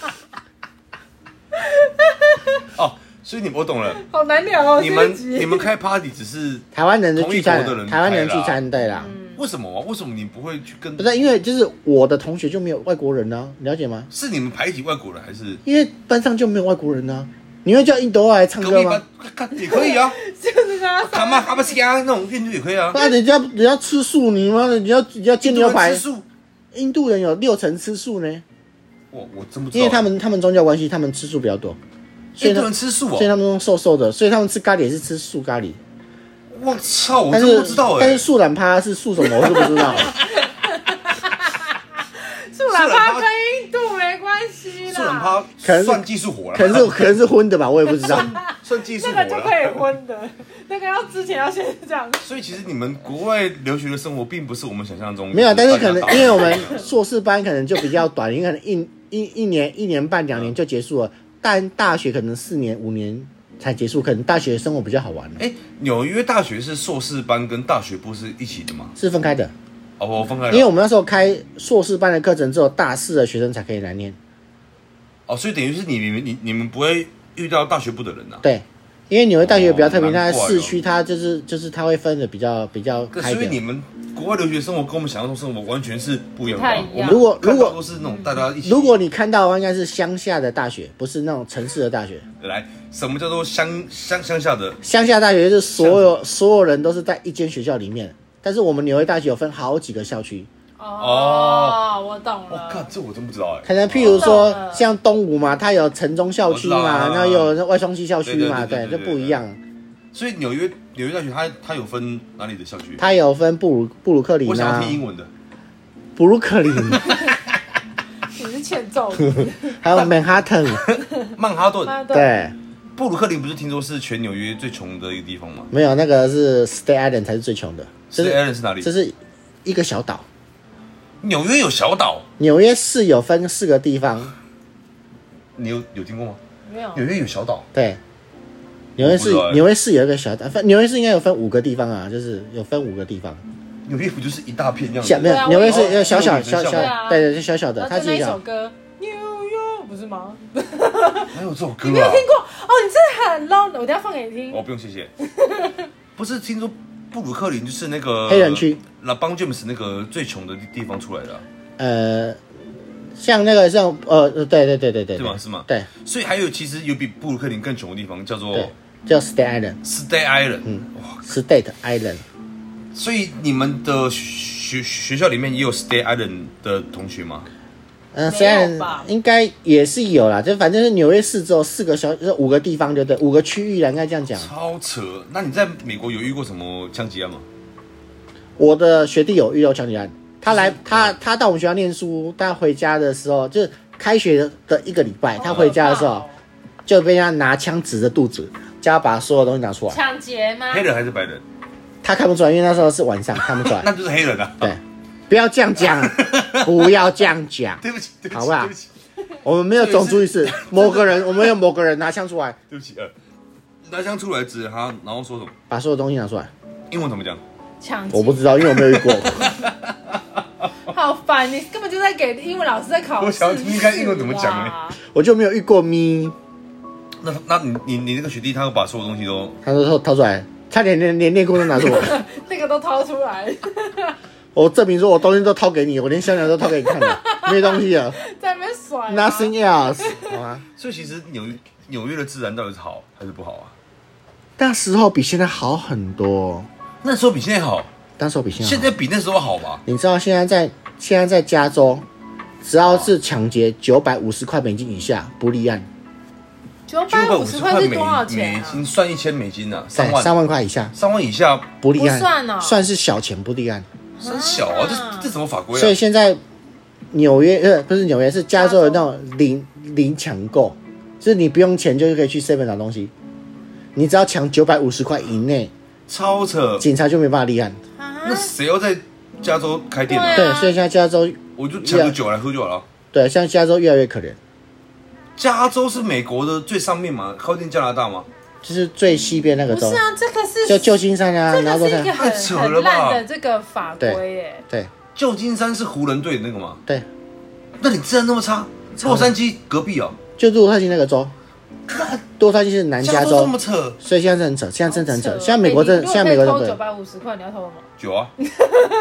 S1: 哦。所以你们我懂了，
S2: 好难聊哦，
S1: 你
S2: 这
S1: 们
S2: 一集
S1: 你们开 party 只是
S3: 台湾人的聚餐啊
S1: 同一国的人，
S3: 台湾人聚
S1: 开
S3: 餐，对啦，
S1: 为什么啊？为什么你不会去跟？
S3: 不是因为就是我的同学就没有外国人呢、啊，了解吗？
S1: 是你们排挤外国人还是？
S3: 因为班上就没有外国人呢、啊，你会叫印度来唱
S1: 隔
S3: 歌
S1: 壁
S3: 吗
S1: 班？看也可以啊，
S2: 就是跟他
S1: 他妈哈巴斯加那种印度也可以啊。
S3: 那人家人家吃素，你妈的，人家人家煎牛排
S1: 吃，素，哦
S3: 印度人有六成吃素呢，
S1: 我我真不知道，
S3: 因为他们他们宗教关系，他们吃素比较多，所以
S1: 印
S3: 他
S1: 度人吃素
S3: 所以
S1: 哦。
S3: 他们都瘦瘦的，所以他们吃咖喱也是吃素咖喱，
S1: 我操，我
S3: 但
S1: 真
S3: 是
S1: 不知道
S3: 但
S1: 哎
S3: 是。素懒趴是素什么，我是不 知道。
S2: 素兰趴跟印度没关系啦，
S1: 素人趴
S3: 可能是
S1: 算技术活了，
S3: 可能是可能是荤的吧，我也不知道。
S1: 算技术
S2: 那
S1: 活
S2: 个就可以
S1: 了。
S2: 荤的， 那个要之前要先这样。
S1: 所以其实你们国外留学的生活并不是我们想象中
S3: 没有，啊但是可能
S1: 大家
S3: 因为我们硕士班可能就比较短，因为可能一一一年一年半两年就结束了，但大学可能四年五年才结束，可能大学生活比较好玩，
S1: 哎，纽约大学是硕士班跟大学部是一起的吗？
S3: 是分开的。
S1: 哦，我分开了。
S3: 因为我们那时候开硕士班的课程，只有大四的学生才可以来念。
S1: 哦，所以等于是你你们你你们不会遇到大学部的人啊呐、
S3: 对，因为纽约大学比较特别，
S1: 哦
S3: 它
S1: 难
S3: 在
S1: 怪哦
S3: 市区，它就是就是它会分的比较比较
S1: 可
S3: 开一
S1: 所以你
S3: 点。
S1: 们国外留学生活跟我们想象中生活完全是不一样的
S2: 不太
S1: 啊。
S2: 一
S1: 我
S2: 样
S1: 们
S3: 如果
S1: 看
S3: 如
S1: 到
S3: 果
S1: 都是那种大家一起，
S3: 如果你看到的话，应该是乡下的大学，不是那种城市的大学。
S1: 来什么叫做乡乡乡下的
S3: 乡下大学就是所有所有人都是在一间学校里面，但是我们纽约大学有分好几个校区。
S2: 哦，我懂
S1: 我靠
S2: 了，，
S1: 这我真不知道哎、
S3: 可能譬如
S2: 我
S3: 说
S2: 懂了
S3: 像东吴嘛，它有城中校区
S1: 我知道
S3: 嘛
S1: 啊，
S3: 那有外双溪校区嘛，
S1: 对对对对
S3: 对，
S1: 对
S3: 就不一样。
S1: 所以纽约纽约大学它它有分哪里的校区？
S3: 它有分布鲁布鲁克林
S1: 我想要
S3: 啊
S1: 听，英文的。
S3: 布鲁克林，
S2: 你是欠揍 的，啊
S3: 还有曼哈顿，
S1: 曼哈顿，
S2: 妈的，
S3: 对，
S1: 布鲁克林不是听说是全纽约最穷的一个地方吗？
S3: 没有那个是 Stay Island 才是最穷的，这
S1: 是
S3: 是
S1: Allen 是哪里
S3: 这？是一个小岛。
S1: 纽约有小岛，
S3: 纽约市有分四个地方，
S1: 你有有听过吗？
S2: 没有
S1: 纽约有小岛，
S3: 对，纽约市
S1: 我不知道欸
S3: 纽约市有一个小岛，分纽约市应该有分五个地方啊，就是有分五个地方，
S1: 纽约服就是一大片这样
S3: 小没
S1: 子。
S2: 对啊
S3: 有纽约
S2: 我也
S3: 是小小
S1: 哦
S3: 小
S1: 对
S3: 小，
S2: 啊
S3: 对对，是小小的，
S2: 然
S3: 他
S2: 后
S3: 自
S2: 就那
S3: 己
S2: 一首
S3: 讲。
S2: 歌，New York 不是吗？
S1: 哪有这首歌
S2: 你没有
S1: 啊？
S2: 听过哦？你真的很 low，我等一下放给你听。
S1: 哦，不用谢 谢。不是听说布鲁克林就是那个
S3: 黑人区，
S1: 拉邦 James 那个最穷的地方出来的啊、
S3: 呃，像那个像呃，对对对对对，
S1: 对吗是哦吗
S3: 对
S1: 所以还有其实有比布鲁克林更穷的地方叫做
S3: 对，叫 State Island。
S1: Stay Island。哇，
S3: State Island，
S1: 所以你们的学学校里面也有 Stay Island 的同学吗？
S3: 嗯、
S2: 没
S3: 虽然
S2: 有吧
S3: 应该也是有啦，就反正是纽约市只有四个小，就是五个地方，对不对？五个区域啦，应该这样讲。
S1: 超扯！那你在美国有遇过什么枪击案吗？
S3: 我的学弟有遇到枪击案，他来他他到我们学校念书，他回家的时候，就是开学的一个礼拜，他回家的时
S2: 好
S3: 候
S2: 可怕哦
S3: 就被人家拿枪指着肚子，叫他把所有东西 拿出来。
S2: 抢劫吗？
S1: 黑人还是白人？
S3: 他看不出来，因为那时候是晚上看不出来。
S1: 那就是黑人啊！
S3: 对，不要这样讲，不要这样讲，
S1: 对不起，对不起，
S3: 好吧
S1: 对不起，
S3: 我们没有种族 意识。某个人，我们有某个人拿枪出来，
S1: 对不起，呃，拿枪出来指着他，然后说什么？
S3: 把所有东西拿出来。
S1: 英文怎么讲？
S2: 抢劫，
S3: 我不知道，因为我没有遇过。
S2: 好烦，你根本就在给英文老师在考试。啊
S1: 我想要听看英文怎么讲欸
S2: 哇
S3: 我就没有遇过咪。
S1: 那那你你你那个学弟，他要把所有东西都
S3: 他说掏掏出来，差点连连内裤都拿出来。
S2: 那个都掏出来，
S3: 我证明说我东西都掏给你，我连香肠都掏给你看了，没东西了
S2: 在那边甩啊。
S3: ，nothing else，好吗？
S1: 所以其实纽纽约的治安到底是好还是不好啊？
S3: 那时候比现在好很多，
S1: 那时候比现在好，
S3: 那时候比现在好
S1: 现在比那时候好吧？
S3: 你知道现在在现在在加州，只要是抢劫九百五十块美金以下不立案，
S2: 九
S1: 九
S2: 百
S1: 百
S2: 五
S1: 五
S2: 十
S1: 十
S2: 块
S1: 块
S2: 是
S1: 美
S2: 多少钱
S1: 美
S2: 啊？
S1: 金算一千美金啊，
S3: 在
S1: 三万
S3: 三万块以下
S1: 三万以下
S3: 不立案，
S2: 不算哦
S3: 算是小钱不立案。
S1: 是很小啊，
S2: 啊
S1: 这这什么法规啊？
S3: 所以现在纽约呃不是纽约是加州的那种零零抢购，就是你不用钱就可以去 seven 拿东西，你只要抢九百五十块以内，
S1: 超扯！
S3: 警察就没办法立案。
S1: 那
S2: 啊，
S1: 谁要在加州开店
S2: 对啊
S1: 啊？
S3: 对，所以现在加州
S1: 我就抢个酒来喝就好了。
S3: 对像加州越来越可怜，
S1: 加州是美国的最上面嘛，靠近加拿大嘛，
S3: 就是最西边那个
S2: 不
S3: 州
S2: 是，啊，这个是
S3: 就旧金山啊，
S2: 这
S3: 然后
S2: 个
S3: 都
S2: 是一个
S3: 是
S2: 很
S1: 太扯
S2: 很
S1: 了吧
S2: 烂的这个法规耶。
S3: 对
S1: 旧金山是湖人队的那个嘛。
S3: 对，
S1: 那你治安那么差，洛杉矶隔壁哦，
S3: 就洛杉矶那个州，洛杉矶是南
S1: 加
S3: 加
S1: 州
S3: 州
S1: 这么，扯，
S3: 所以现在真的很扯，现在真的很扯，
S2: 好
S3: 现在美国真的，现在美国真
S2: 哎如果可以偷
S3: 的
S2: 九
S3: 不能
S2: 百五十块，你要偷什么？
S1: 酒 啊，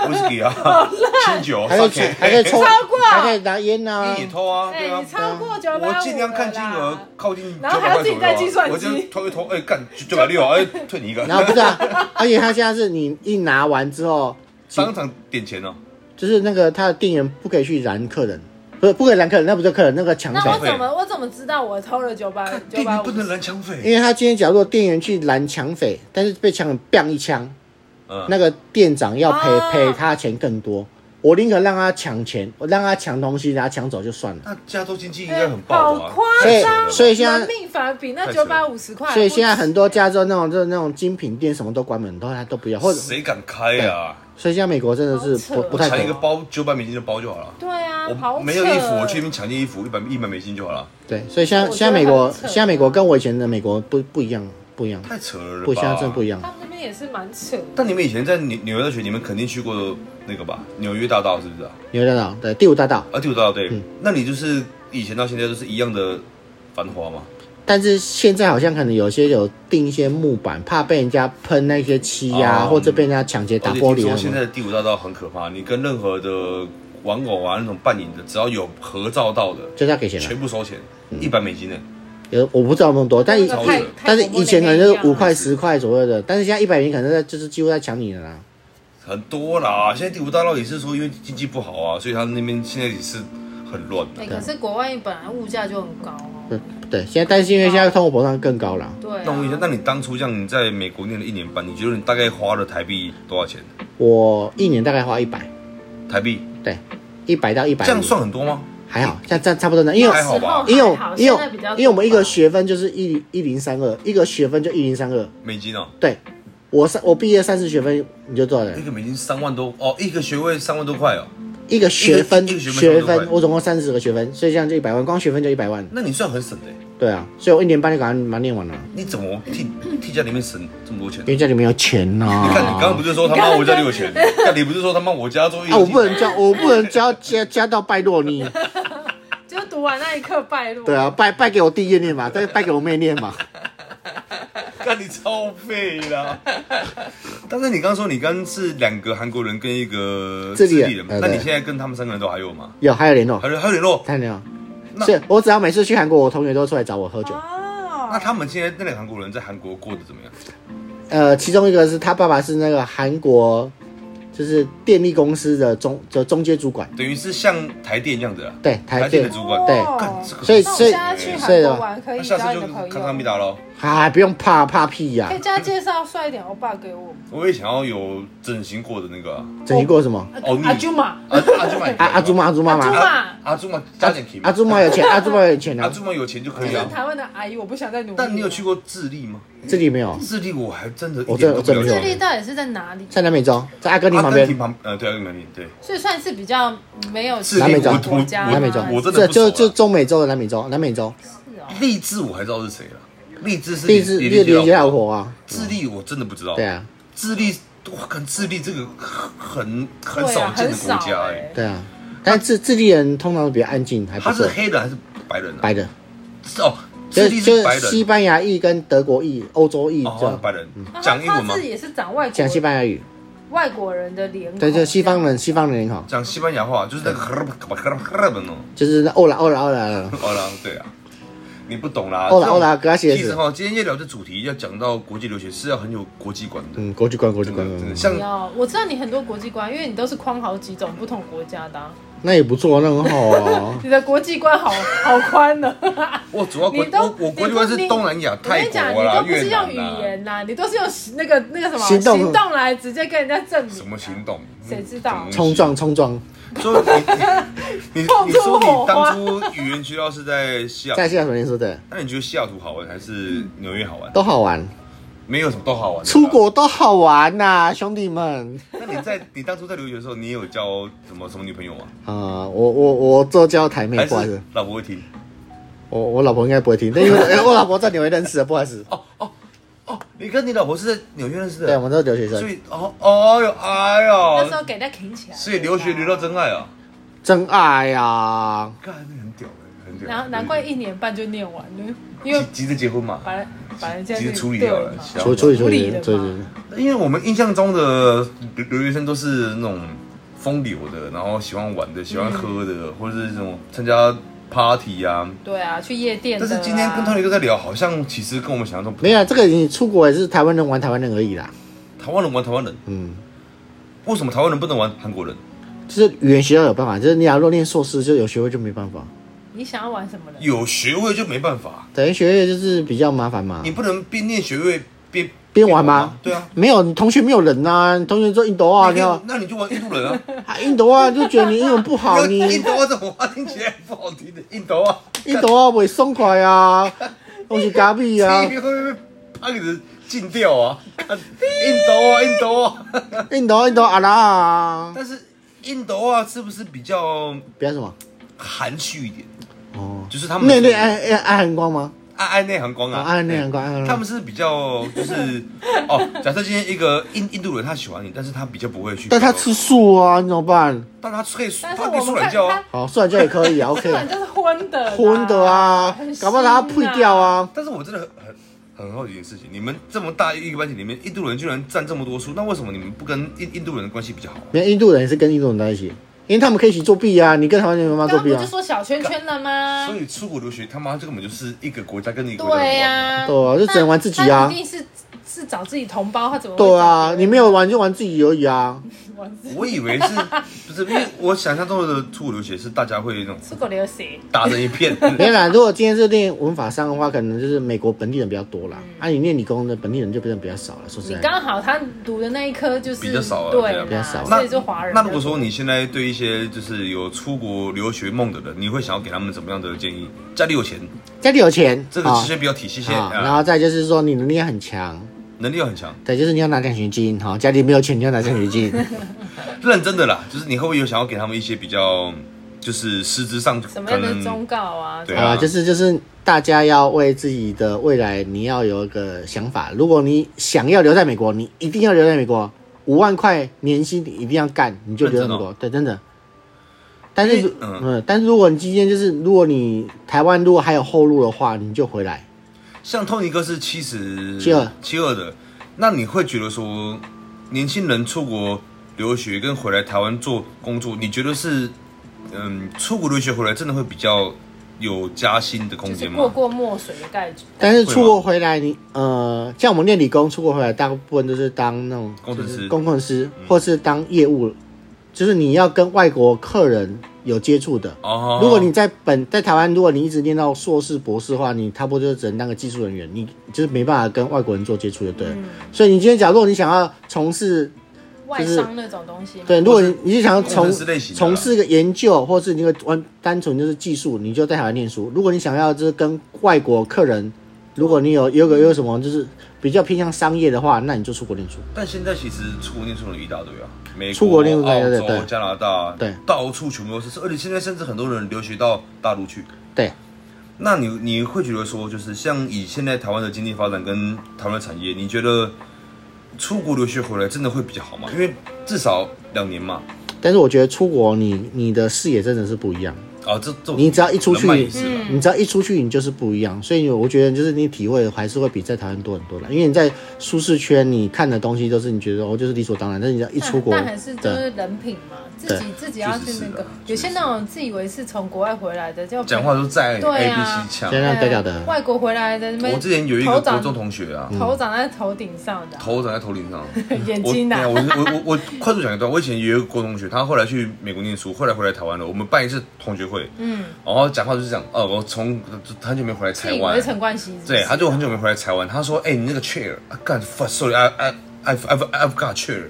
S1: 威士忌啊，清酒，
S3: 还可以抽
S1: sake
S3: 还可以 抽，
S2: 超过
S3: 还可以拿烟呐
S1: 你，也偷啊，对
S2: 啊哎，
S1: 啊
S2: 你。超过九百五，
S1: 我尽量看金额，靠近
S2: 然后还要
S1: 900
S2: 自己带计算机
S1: 啊我就偷一偷，哎，干九百 六，哎，退你一个，
S3: 然后不 是啊， 而且他现在是你一拿完之后，
S1: 当场点钱哦。
S3: 就是那个他的店员不可以去拦客人，不是不可以拦客人，那不是客人，那个抢
S2: 那
S3: 匪
S2: 我，怎么我怎么知道我偷了九百九
S1: 店
S2: 百
S1: 员
S2: 五
S1: 不？能拦抢
S3: 因
S1: 匪，
S3: 为他今天假如店员去拦抢匪，但是被抢匪 bang 一枪，
S1: 嗯，
S3: 那个店长要赔
S2: 哦
S3: 赔他钱更多。我宁可让他抢钱，我让他抢东西，然后抢走就算了。
S1: 那加州经济应该很爆吧
S2: 哎好夸
S3: 所
S2: 对
S3: 以
S2: 张啊，
S3: 所以现
S2: 人
S3: 在，
S2: 命反而比那
S1: 太扯
S2: 九百
S1: 了
S2: 五十块，
S3: 所以现在很多加州那种就是那种精品店什么都关门，都他都不要，或者，
S1: 谁敢开啊？
S3: 所以现在美国真的
S2: 好扯
S3: 是不
S2: 哦
S3: 不太可
S1: 抢一个
S3: 能。
S1: 包九百美金的包就好了。
S2: 对啊，好
S1: 我没有衣服，
S2: 扯
S1: 我去那边抢件衣服，一百一百美金就好了，
S3: 对，所以现在
S2: 我觉得
S3: 现在美国
S2: 很扯哦
S3: 现在美国跟我以前的美国不不一样，不一样，
S1: 太扯了吧？
S3: 不现在真的不一样。
S2: 他们那边也是蛮扯的。
S1: 但你们以前在纽纽约大学，你们肯定去过那个吧？纽约大道是不是啊？
S3: 纽约大道对第五大道，
S1: 啊，第五大道
S3: 嗯
S1: 对。那你就是以前到现在都是一样的繁华吗？
S3: 但是现在好像可能有些有定一些木板，怕被人家喷那些漆呀、
S1: 哦
S3: 或者被人家抢劫打
S1: 而且
S3: 玻
S1: 听
S3: 璃
S1: 说
S3: 啊
S1: 现
S3: 什
S1: 在
S3: 么。
S1: 的第五大道很可怕，你跟任何的玩偶啊那种扮演的，只要有合照到的，
S3: 就是要给钱了
S1: 全，部收钱，
S3: 嗯
S1: 一百美金呢。
S3: 有我不知道那么多，但以
S2: 那个
S1: 太
S3: 但是以前可能就是五块、
S2: 太恐怖了那个一样啊
S3: 十块左右的，但是现在一百元可能在就是几乎在抢你了啦。
S1: 很多啦，现在第五大道也是说，因为经济不好啊，所以他那边现在也是很乱的、
S2: 哎可是国外本来物价就很高哦。
S3: 对对，现在但是因为现在通货膨胀更高了，
S2: 对啊，
S1: 那我问一下，那你当初这样你在美国念了一年半，你觉得你大概花了台币多少钱？
S3: 我一年大概花一百，
S1: 台币
S3: 对，一百到一百
S1: 这样算很多吗？
S3: 还好，像这样差不多呢，因为
S1: 还好吧
S3: 因为我
S2: 还好
S3: 因为
S2: 现在比较啊
S3: 我因为我们一个学分就是一一零三二，一个学分就一零三二，
S1: 美金哦，
S3: 对我三我毕业三十学分你就多少人
S1: 一？个美金三万多哦，一个学位三万多块哦，
S3: 一个学分
S1: 一个一个学分差
S3: 学
S1: 不多
S3: 分，
S1: 快
S3: 我总共三十个学分，所以这样就一百万，光学分就一百万。
S1: 那你算很省的欸。
S3: 对啊，所以我一年半就赶快把它念完了，
S1: 你怎么替替家里面省这么多钱
S3: 因？为家里没有钱呐、
S1: 你看，你刚刚不是说他妈我家里有钱？看你不是说他妈我家做一哎
S3: 啊，我不能教，我不能教加加到拜洛尼。
S2: 就是读完那一刻败落。
S3: 对啊，拜拜给我弟念念嘛，再拜给我妹念嘛。
S1: 看你超废啦！但是你刚刚说你刚是两个韩国人跟一个
S3: 智利人
S1: 人嘛，
S3: 哎
S1: 那你
S3: 对
S1: 现在跟他们三个人都还有吗？
S3: 有还有联络
S1: 还，有还有联络？
S3: 还有联络。
S1: 那
S3: 是我只要每次去韩国，我同学都出来找我喝酒。
S1: 那
S2: 哦，
S1: 他们现在那两个韩国人在韩国过得怎么样？
S3: 呃，其中一个是他爸爸是那个韩国，就是电力公司的中的中阶主管，
S1: 等于是像台电一样的啦，啊
S3: 对台
S1: 台电
S3: 电
S1: 的主管。哦
S3: 对
S1: 干这个
S3: 所以
S2: 那我
S3: 所以
S2: 现在去韩国玩可以
S1: 那下
S2: 交
S1: 次
S2: 你
S1: 就
S2: 的朋
S1: 看他们
S2: 友，
S1: 打喽。
S3: 啊，不用怕怕屁呀、
S1: 哎
S2: 可以加介绍帅一点欧巴给我吗。
S1: 我也想要有整形过的那个 啊
S3: 整形过什么？
S1: 哦你
S2: 阿朱玛，
S1: 阿阿朱玛也可以
S3: 啊
S1: 吧，
S3: 阿朱妈阿朱妈
S2: 阿朱
S3: 嘛，
S2: 玛，
S1: 哦阿朱玛加点皮嘛
S3: 阿朱妈有钱，阿朱妈有钱
S1: 阿
S3: 啊，
S1: 朱玛有钱就可
S2: 就
S1: 以
S2: 是
S1: 啊。
S2: 台湾的阿姨，我不想再努力。
S1: 但你有去？过智利吗？
S3: 这里没有，
S1: 智利我还真的
S3: 我
S1: 一点都不
S3: 真的
S1: 了
S3: 我真的没有
S2: 智
S1: 解。
S2: 利到底是在哪里？
S3: 在南美洲，在阿根廷
S1: 阿
S3: 旁
S1: 根
S3: 边
S1: 廷。旁，呃，对，阿根廷对。
S2: 所以算是比较没有
S1: 智
S3: 南美
S1: 利
S3: 洲
S1: 我我
S2: 国家吗，
S1: 我
S3: 南美洲
S1: 我真的
S3: 这
S1: 不
S3: 就就
S1: 熟啊。
S3: 中美洲的南美洲，南美洲
S2: 是哦。
S1: 励志我还知道是谁了，励志是哦
S3: 地质
S1: 李
S3: 地
S1: 李
S3: 理
S1: 李
S3: 效
S1: 老
S3: 果啊，
S1: 智利我真的不知道。
S3: 对啊，
S1: 智利，我看智利这个很很
S2: 对
S1: 少
S2: 啊，
S1: 见
S2: 很
S1: 的国
S2: 少
S1: 家哎
S2: 欸。
S3: 对啊，但智智利人通常都比较安静，还不
S1: 他是
S3: 错，
S1: 黑人还是白人啊？
S3: 白的，
S1: 哦，
S3: 就
S1: 智利
S3: 是
S1: 是
S3: 就
S1: 白
S3: 是西
S1: 人，
S3: 班牙裔跟德国裔、欧洲裔
S1: 哦，他
S3: 这
S1: 是
S3: 样嗯
S1: 白人
S2: 那 他
S1: 讲英文吗
S2: 哦他自？己也是长外国
S3: 讲西班牙语，
S2: 外国人的脸
S1: 哦
S2: 孔，
S3: 对，就西方人西方人口，
S1: 讲西班牙话，就是那个 herb 哦，
S3: 就是那欧啦欧啦欧啦，
S1: 好啦，对啊，你不懂啦。
S3: 欧哦啦欧啦
S1: 这种其
S3: gracias
S1: 实哈，今天要聊的主题要讲到国际留学是要很有国际观的，
S3: 嗯，国际观国际
S1: 真
S3: 观，
S1: 的真的
S3: 嗯
S1: 像
S2: 有，我知道你很多国际观，因为你都是框好几种不同国家的啊、，
S3: 那也不错，那很好啊
S2: 你的国际观好好宽呢、
S1: 我主要国
S2: 你都
S1: 我我国际观是东南亚、
S2: 我跟
S1: 泰
S2: 你讲，
S1: 国
S2: 你
S1: 啦、
S2: 都不
S1: 越
S2: 是用语
S1: 南啊啦，
S2: 言呐、你都是用那个那个什么
S3: 行动
S2: 来直接跟人家证明、啊
S1: 什么行？动？嗯
S2: 谁知道
S3: 冲撞？冲撞，
S1: 所以你你 你
S2: 碰
S1: 你
S2: 出
S1: 说
S2: 火
S1: 你
S2: 花
S1: 当初语言学校是在西雅图
S3: 在，西雅图念书的
S1: 那你觉得西雅图好玩还
S2: 嗯
S1: 是纽约好玩？
S3: 都好玩，
S1: 没有什么都好玩的啦。
S3: 出国都好玩呐，兄弟们。
S1: 那你在你当初在留学的时候，你有交什么什么女朋友吗？
S3: 啊、我我我做教台妹，
S1: 还
S3: 不好意
S1: 是
S3: 思，
S1: 老婆会听？
S3: 我我老婆应该不会听，但因为、 哎我老婆在纽约认识的，不好意思。
S1: 哦哦哦，你跟你老婆是在纽约认识的？
S3: 对，我们都是留学
S1: 所
S3: 生，
S1: 以哦哦哟哎
S2: 那时候
S1: 呦，
S2: 给人家挺啊起来，
S1: 所以留学留到。真爱啊！
S3: 真爱啊呀！
S1: 干，那很屌欸很屌。
S2: 然后难怪一年半就念完了，因为
S1: 急急着结婚嘛，
S2: 把 人把人家
S1: 急着
S2: 那个
S1: 处理掉了
S2: 对嘛
S1: 其他
S3: 处处理处
S2: 处理
S3: 理
S2: 的嘛
S3: 处理，
S1: 因为我们印象中的留留学生都是那种风流的，然后喜欢玩的，喜欢喝
S2: 嗯
S1: 的，或者是这种参加 party 啊。
S2: 对啊，去夜店的
S1: 但
S2: 啊。
S1: 是今天跟 Tony 哥在聊，好像其实跟我们想象中不
S3: 没有啊这个，你出国也是台湾人玩台湾人而已啦。
S1: 台湾人玩台湾人，
S3: 嗯，
S1: 为什么台湾人不能玩韩国人？
S3: 就是语言学校有办法，就是你要若念硕士，就有学位就没办法。
S2: 你想要玩什么人？
S1: 有学位就没办法，
S3: 等于学位就是比较麻烦嘛
S1: 你。不能边念学位边
S3: 边玩吗？
S1: 对啊。
S3: 没有，你同学没有人呐、你同学做印度啊，
S1: 你
S3: 你要
S1: 那你就玩印度人啊！
S3: 啊印度啊，就觉得你英文 不 好，你
S1: 印度啊，这种话听起来不好听的，印度 啊，
S3: 印度啊会松快啊，东西咖
S1: 你
S3: 喱啊，
S1: 会不会被 他给人禁掉啊？看印度啊，印度啊，
S3: 印度啊印度啊阿拉啊，
S1: 但是印度啊，是不是比较
S3: 不要什么
S1: 含蓄一点？
S3: 哦，
S1: 就是他们
S3: 内内爱爱爱寒光吗？
S1: 爱爱内涵光啊，
S3: 啊，爱内寒光，爱内涵光
S1: 他们是比较就是 哦，假设今天一个印印度人他喜欢你，但是他比较不会去，
S3: 但他吃，素啊，你怎么办？
S1: 但他可以睡，
S2: 但是
S1: 他
S2: 我
S1: 可以
S2: 们
S1: 睡
S2: 看
S1: 懒觉
S2: 他
S1: 啊。
S3: 好，素然就也可以啊
S2: 这种
S3: ，OK 啊，
S2: 就是荤的啦，
S3: 荤 的啊
S2: 很，腥
S3: 搞不好他配掉啊。
S1: 但是我真的很很很好奇一件事情，你们这么大一个班级里面，印度人居然占这么多数，那为什么你们不跟印印度人的关系比较好啊？
S3: 没有印度人也是跟印度人在一起，因为他们可以一起作弊啊，你跟台湾人没办
S2: 啊。
S3: 法
S2: 刚
S3: 作
S2: 刚不
S3: 弊啊
S2: 就。说小圈圈了吗
S1: 所？以出国留学他妈这根本就是一个国家跟一个国家
S2: 对
S1: 呀、
S2: 呀，
S3: 对啊就只能玩自己啊
S2: 那他一定是是找自己同胞，他怎么会
S3: 对
S2: 找
S3: 啊，
S2: 别人
S3: 你没有玩就玩自己而已啊。
S2: 玩自己
S1: 我以为是不是？因为我想象中的出国留学是大家会那种
S2: 出国留学，
S1: 打成一 片，
S3: 没有啦，如果今天是练文法上的话，可能就是美国本地人比较多啦。
S1: 嗯
S3: 啊，你念理工的本地人就变得比较少了，说实
S2: 你
S3: 在的。
S2: 刚好他读的那一科就是
S1: 比较少啊
S2: 对
S1: 这
S2: 啦，
S1: 样
S3: 比较少
S2: 所以就华人。
S1: 那如果说你现在对一些就是有出国留学梦的人，你会想要给他们怎么样的建议？家里有钱，
S3: 家里有钱，
S1: 这个
S3: 啊
S1: 先不要提，谢谢。
S3: 啊，然
S1: 啊，
S3: 后再就是说你能力要很强，
S1: 能力要很强，
S3: 对，就是你要拿奖学金，好，家里没有钱你要拿奖学金，
S1: 认真的啦，就是你会不会有想要给他们一些比较就是实质上可
S2: 什么样的忠
S1: 能
S2: 告啊？
S1: 对
S3: 啊、
S1: 啊
S3: 就是就是大家要为自己的未来，你要有一个想法。如果你想要留在美国，你一定要留在美国。五万块年薪你一定要干，你就留在美国。对，真的。但是
S1: 哦因为
S3: 如，
S1: 嗯
S3: 嗯，但是如果你今天就是，如果你台湾如果还有后路的话，你就回来。
S1: 像托尼哥是七十
S3: 72
S1: 七二的，那你会觉得说，年轻人出国留学跟回来台湾做工作，你觉得是，嗯，出国留学回来真的会比较有加薪的空
S2: 就是
S1: 间
S2: 过
S1: 吗？
S2: 过墨水的概念。
S3: 但是出
S1: 会
S3: 国
S1: 吗
S3: 回来你，呃，像我们练理工，出国回来大部分都是当那种
S1: 工程师嗯
S3: 就是工程师，或是当业务，就是你要跟外国客人有接触的。
S1: 哦，
S3: 如果你在本在台湾，如果你一直念到硕士、博士的话，你差不多就只能当个技术人员，你就是没办法跟外国人做接触，就对了。
S1: 嗯
S3: 所以你今天假如你想要从事
S2: 外商那种东西嘛，
S3: 对，如果你你是想要
S1: 工
S3: 从
S1: 程师类型的啊
S3: 从事个研究，或是你个单单纯就是技术，你就在台湾念书。如果你想要就是跟外国客人，如果你有有个有什么就是比较偏向商业的话，那你就出国念书。
S1: 但现在其实出国念书的人一大堆啊，美国、
S3: 出国念书的
S1: 澳
S3: 人对
S1: 洲、
S3: 对
S1: 加拿大，
S3: 对，
S1: 到处全部都是，而且现在甚至很多人留学到大陆去。
S3: 对，
S1: 那你你会觉得说，就是像以现在台湾的经济发展跟台湾的产业，你觉得出国留学回来真的会比较好吗？因为至少两年嘛，
S3: 但是我觉得出国你你的视野真的是不一样，
S1: 啊，这这
S3: 你只要一出去嗯
S1: 人脉也是嘛，
S2: 嗯
S3: 你只要一出去你就是不一样。所以我觉得就是你体会还是会比在台湾多很多的，因为你在舒适圈你看的东西都是你觉得哦就是理所当然，但是你只要一
S2: 但
S3: 出国，
S2: 但还是就
S3: 对
S2: 是人品嘛，自
S3: 对
S2: 己自己要去那
S1: 确实是
S2: 个
S1: 啊。
S2: 有些那种自以为是从国外回来的，就
S1: 讲话都在
S2: 对
S1: A B
S2: 啊
S1: C 强
S3: 现。在
S2: 哎
S3: 屌屌的，
S2: 外国回来的，
S1: 我之前有一个
S2: 头
S1: 国
S2: 长
S1: 中同学啊，
S2: 头长在头顶上的啊，
S1: 头长在头顶上。
S2: 眼
S1: 我
S2: 睛
S1: 等一下
S2: 呐，
S1: 我我我我快速讲一段，我以前也有一个高中同学，他后来去美国念书，后来回来台湾了。我们办一次同学会，
S2: 嗯，
S1: 然后讲话就是讲，哦，我从很久没回来哎台
S2: 自以为
S1: 湾，
S2: 陈冠希，
S1: 对，他就很久没回来台湾。他说，哎、你那个 chair，啊，干 fuck sorry，I I I've I've I've got chair，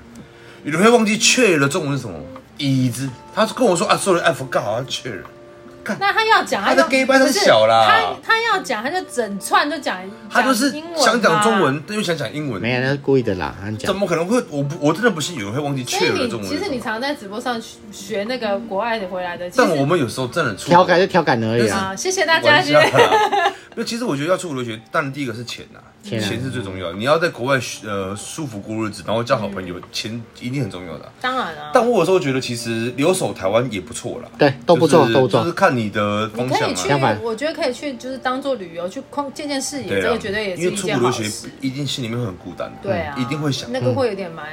S1: 你会忘记 chair 的中文是什么？椅子。他跟我说啊，sorry，I forgot chair。
S2: 那他要讲，
S1: 他的
S2: 就
S1: gay bye
S2: 不是
S1: 太小啦
S2: 他他要讲，他就整串就讲，
S1: 他就是
S2: 英文
S1: 想讲
S2: 嘛
S1: 中，文，但又想讲英文，
S3: 没有那是故意的啦，他讲
S1: 怎。么可能会？我不，我真的不信有人会忘记
S2: 所
S1: chair
S2: 以
S1: 的中文
S2: 你其
S1: 是
S2: 实
S1: 什
S2: 你
S1: 么。
S2: 常在直播上学学那个国外的回来的，其
S1: 但
S2: 实
S1: 我们有时候真的出
S3: 调侃就调侃而已啊。
S2: 啊，谢谢大家，
S1: 玩
S2: 谢
S1: 笑
S2: 谢。
S1: 啦。那其实我觉得要出国留学，当然第一个是钱呐、
S3: 钱啊
S1: 钱是最重要的。你要在国外呃舒服过日子，然后交好朋
S2: 嗯
S1: 友，钱一定很重要的啊、
S2: 当然啊，
S1: 但我有时候觉得，其实留守台湾也不错啦，
S3: 对都不错
S1: 就是
S3: 都不错
S1: 就是看你的
S2: 你
S1: 方
S2: 可
S1: 向
S2: 以去
S1: 啊。
S3: 相反，
S2: 我觉得可以去，就是当做旅游去逛，见见视野，
S1: 对
S2: 这
S1: 啊
S2: 个绝对也，
S1: 因
S2: 是
S1: 为
S2: 一
S1: 出国
S2: 件
S1: 留
S2: 好
S1: 学
S2: 事。
S1: 一定心里面会很孤单的，嗯
S2: 对啊，
S1: 一定会想
S2: 那，个会有点蛮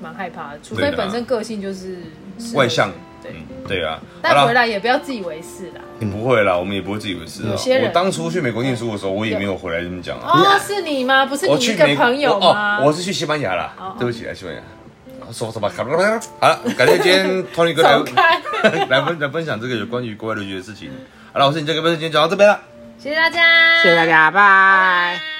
S2: 蛮害怕的，除非
S1: 对啊
S2: 本身个性就是适合
S1: 外向
S2: 对，
S1: 嗯，对啊。好
S2: 但回
S1: 啦，
S2: 来也不要自以为是啦。
S1: 你不会啦，我们也不会自以为是啊
S2: 有些。人
S1: 我当初去美国念书的时候，我也没有回来这么讲啊。
S2: 哦，是你吗？不是
S1: 我
S2: 你
S1: 去
S2: 一个
S1: 美
S2: 朋友
S1: 我
S2: 吗
S1: 哦，？我是去西班牙啦
S2: 哦哦，
S1: 对不起啊，西班牙。说什么？好了，感谢今天 Tony 哥
S2: 走
S1: 来
S2: 开！
S1: 来分来分享这个有关于国外留学的事情。好了，我是你这个今天讲到这边了。
S2: 谢谢大家，
S3: 谢谢大家，拜。
S2: 拜。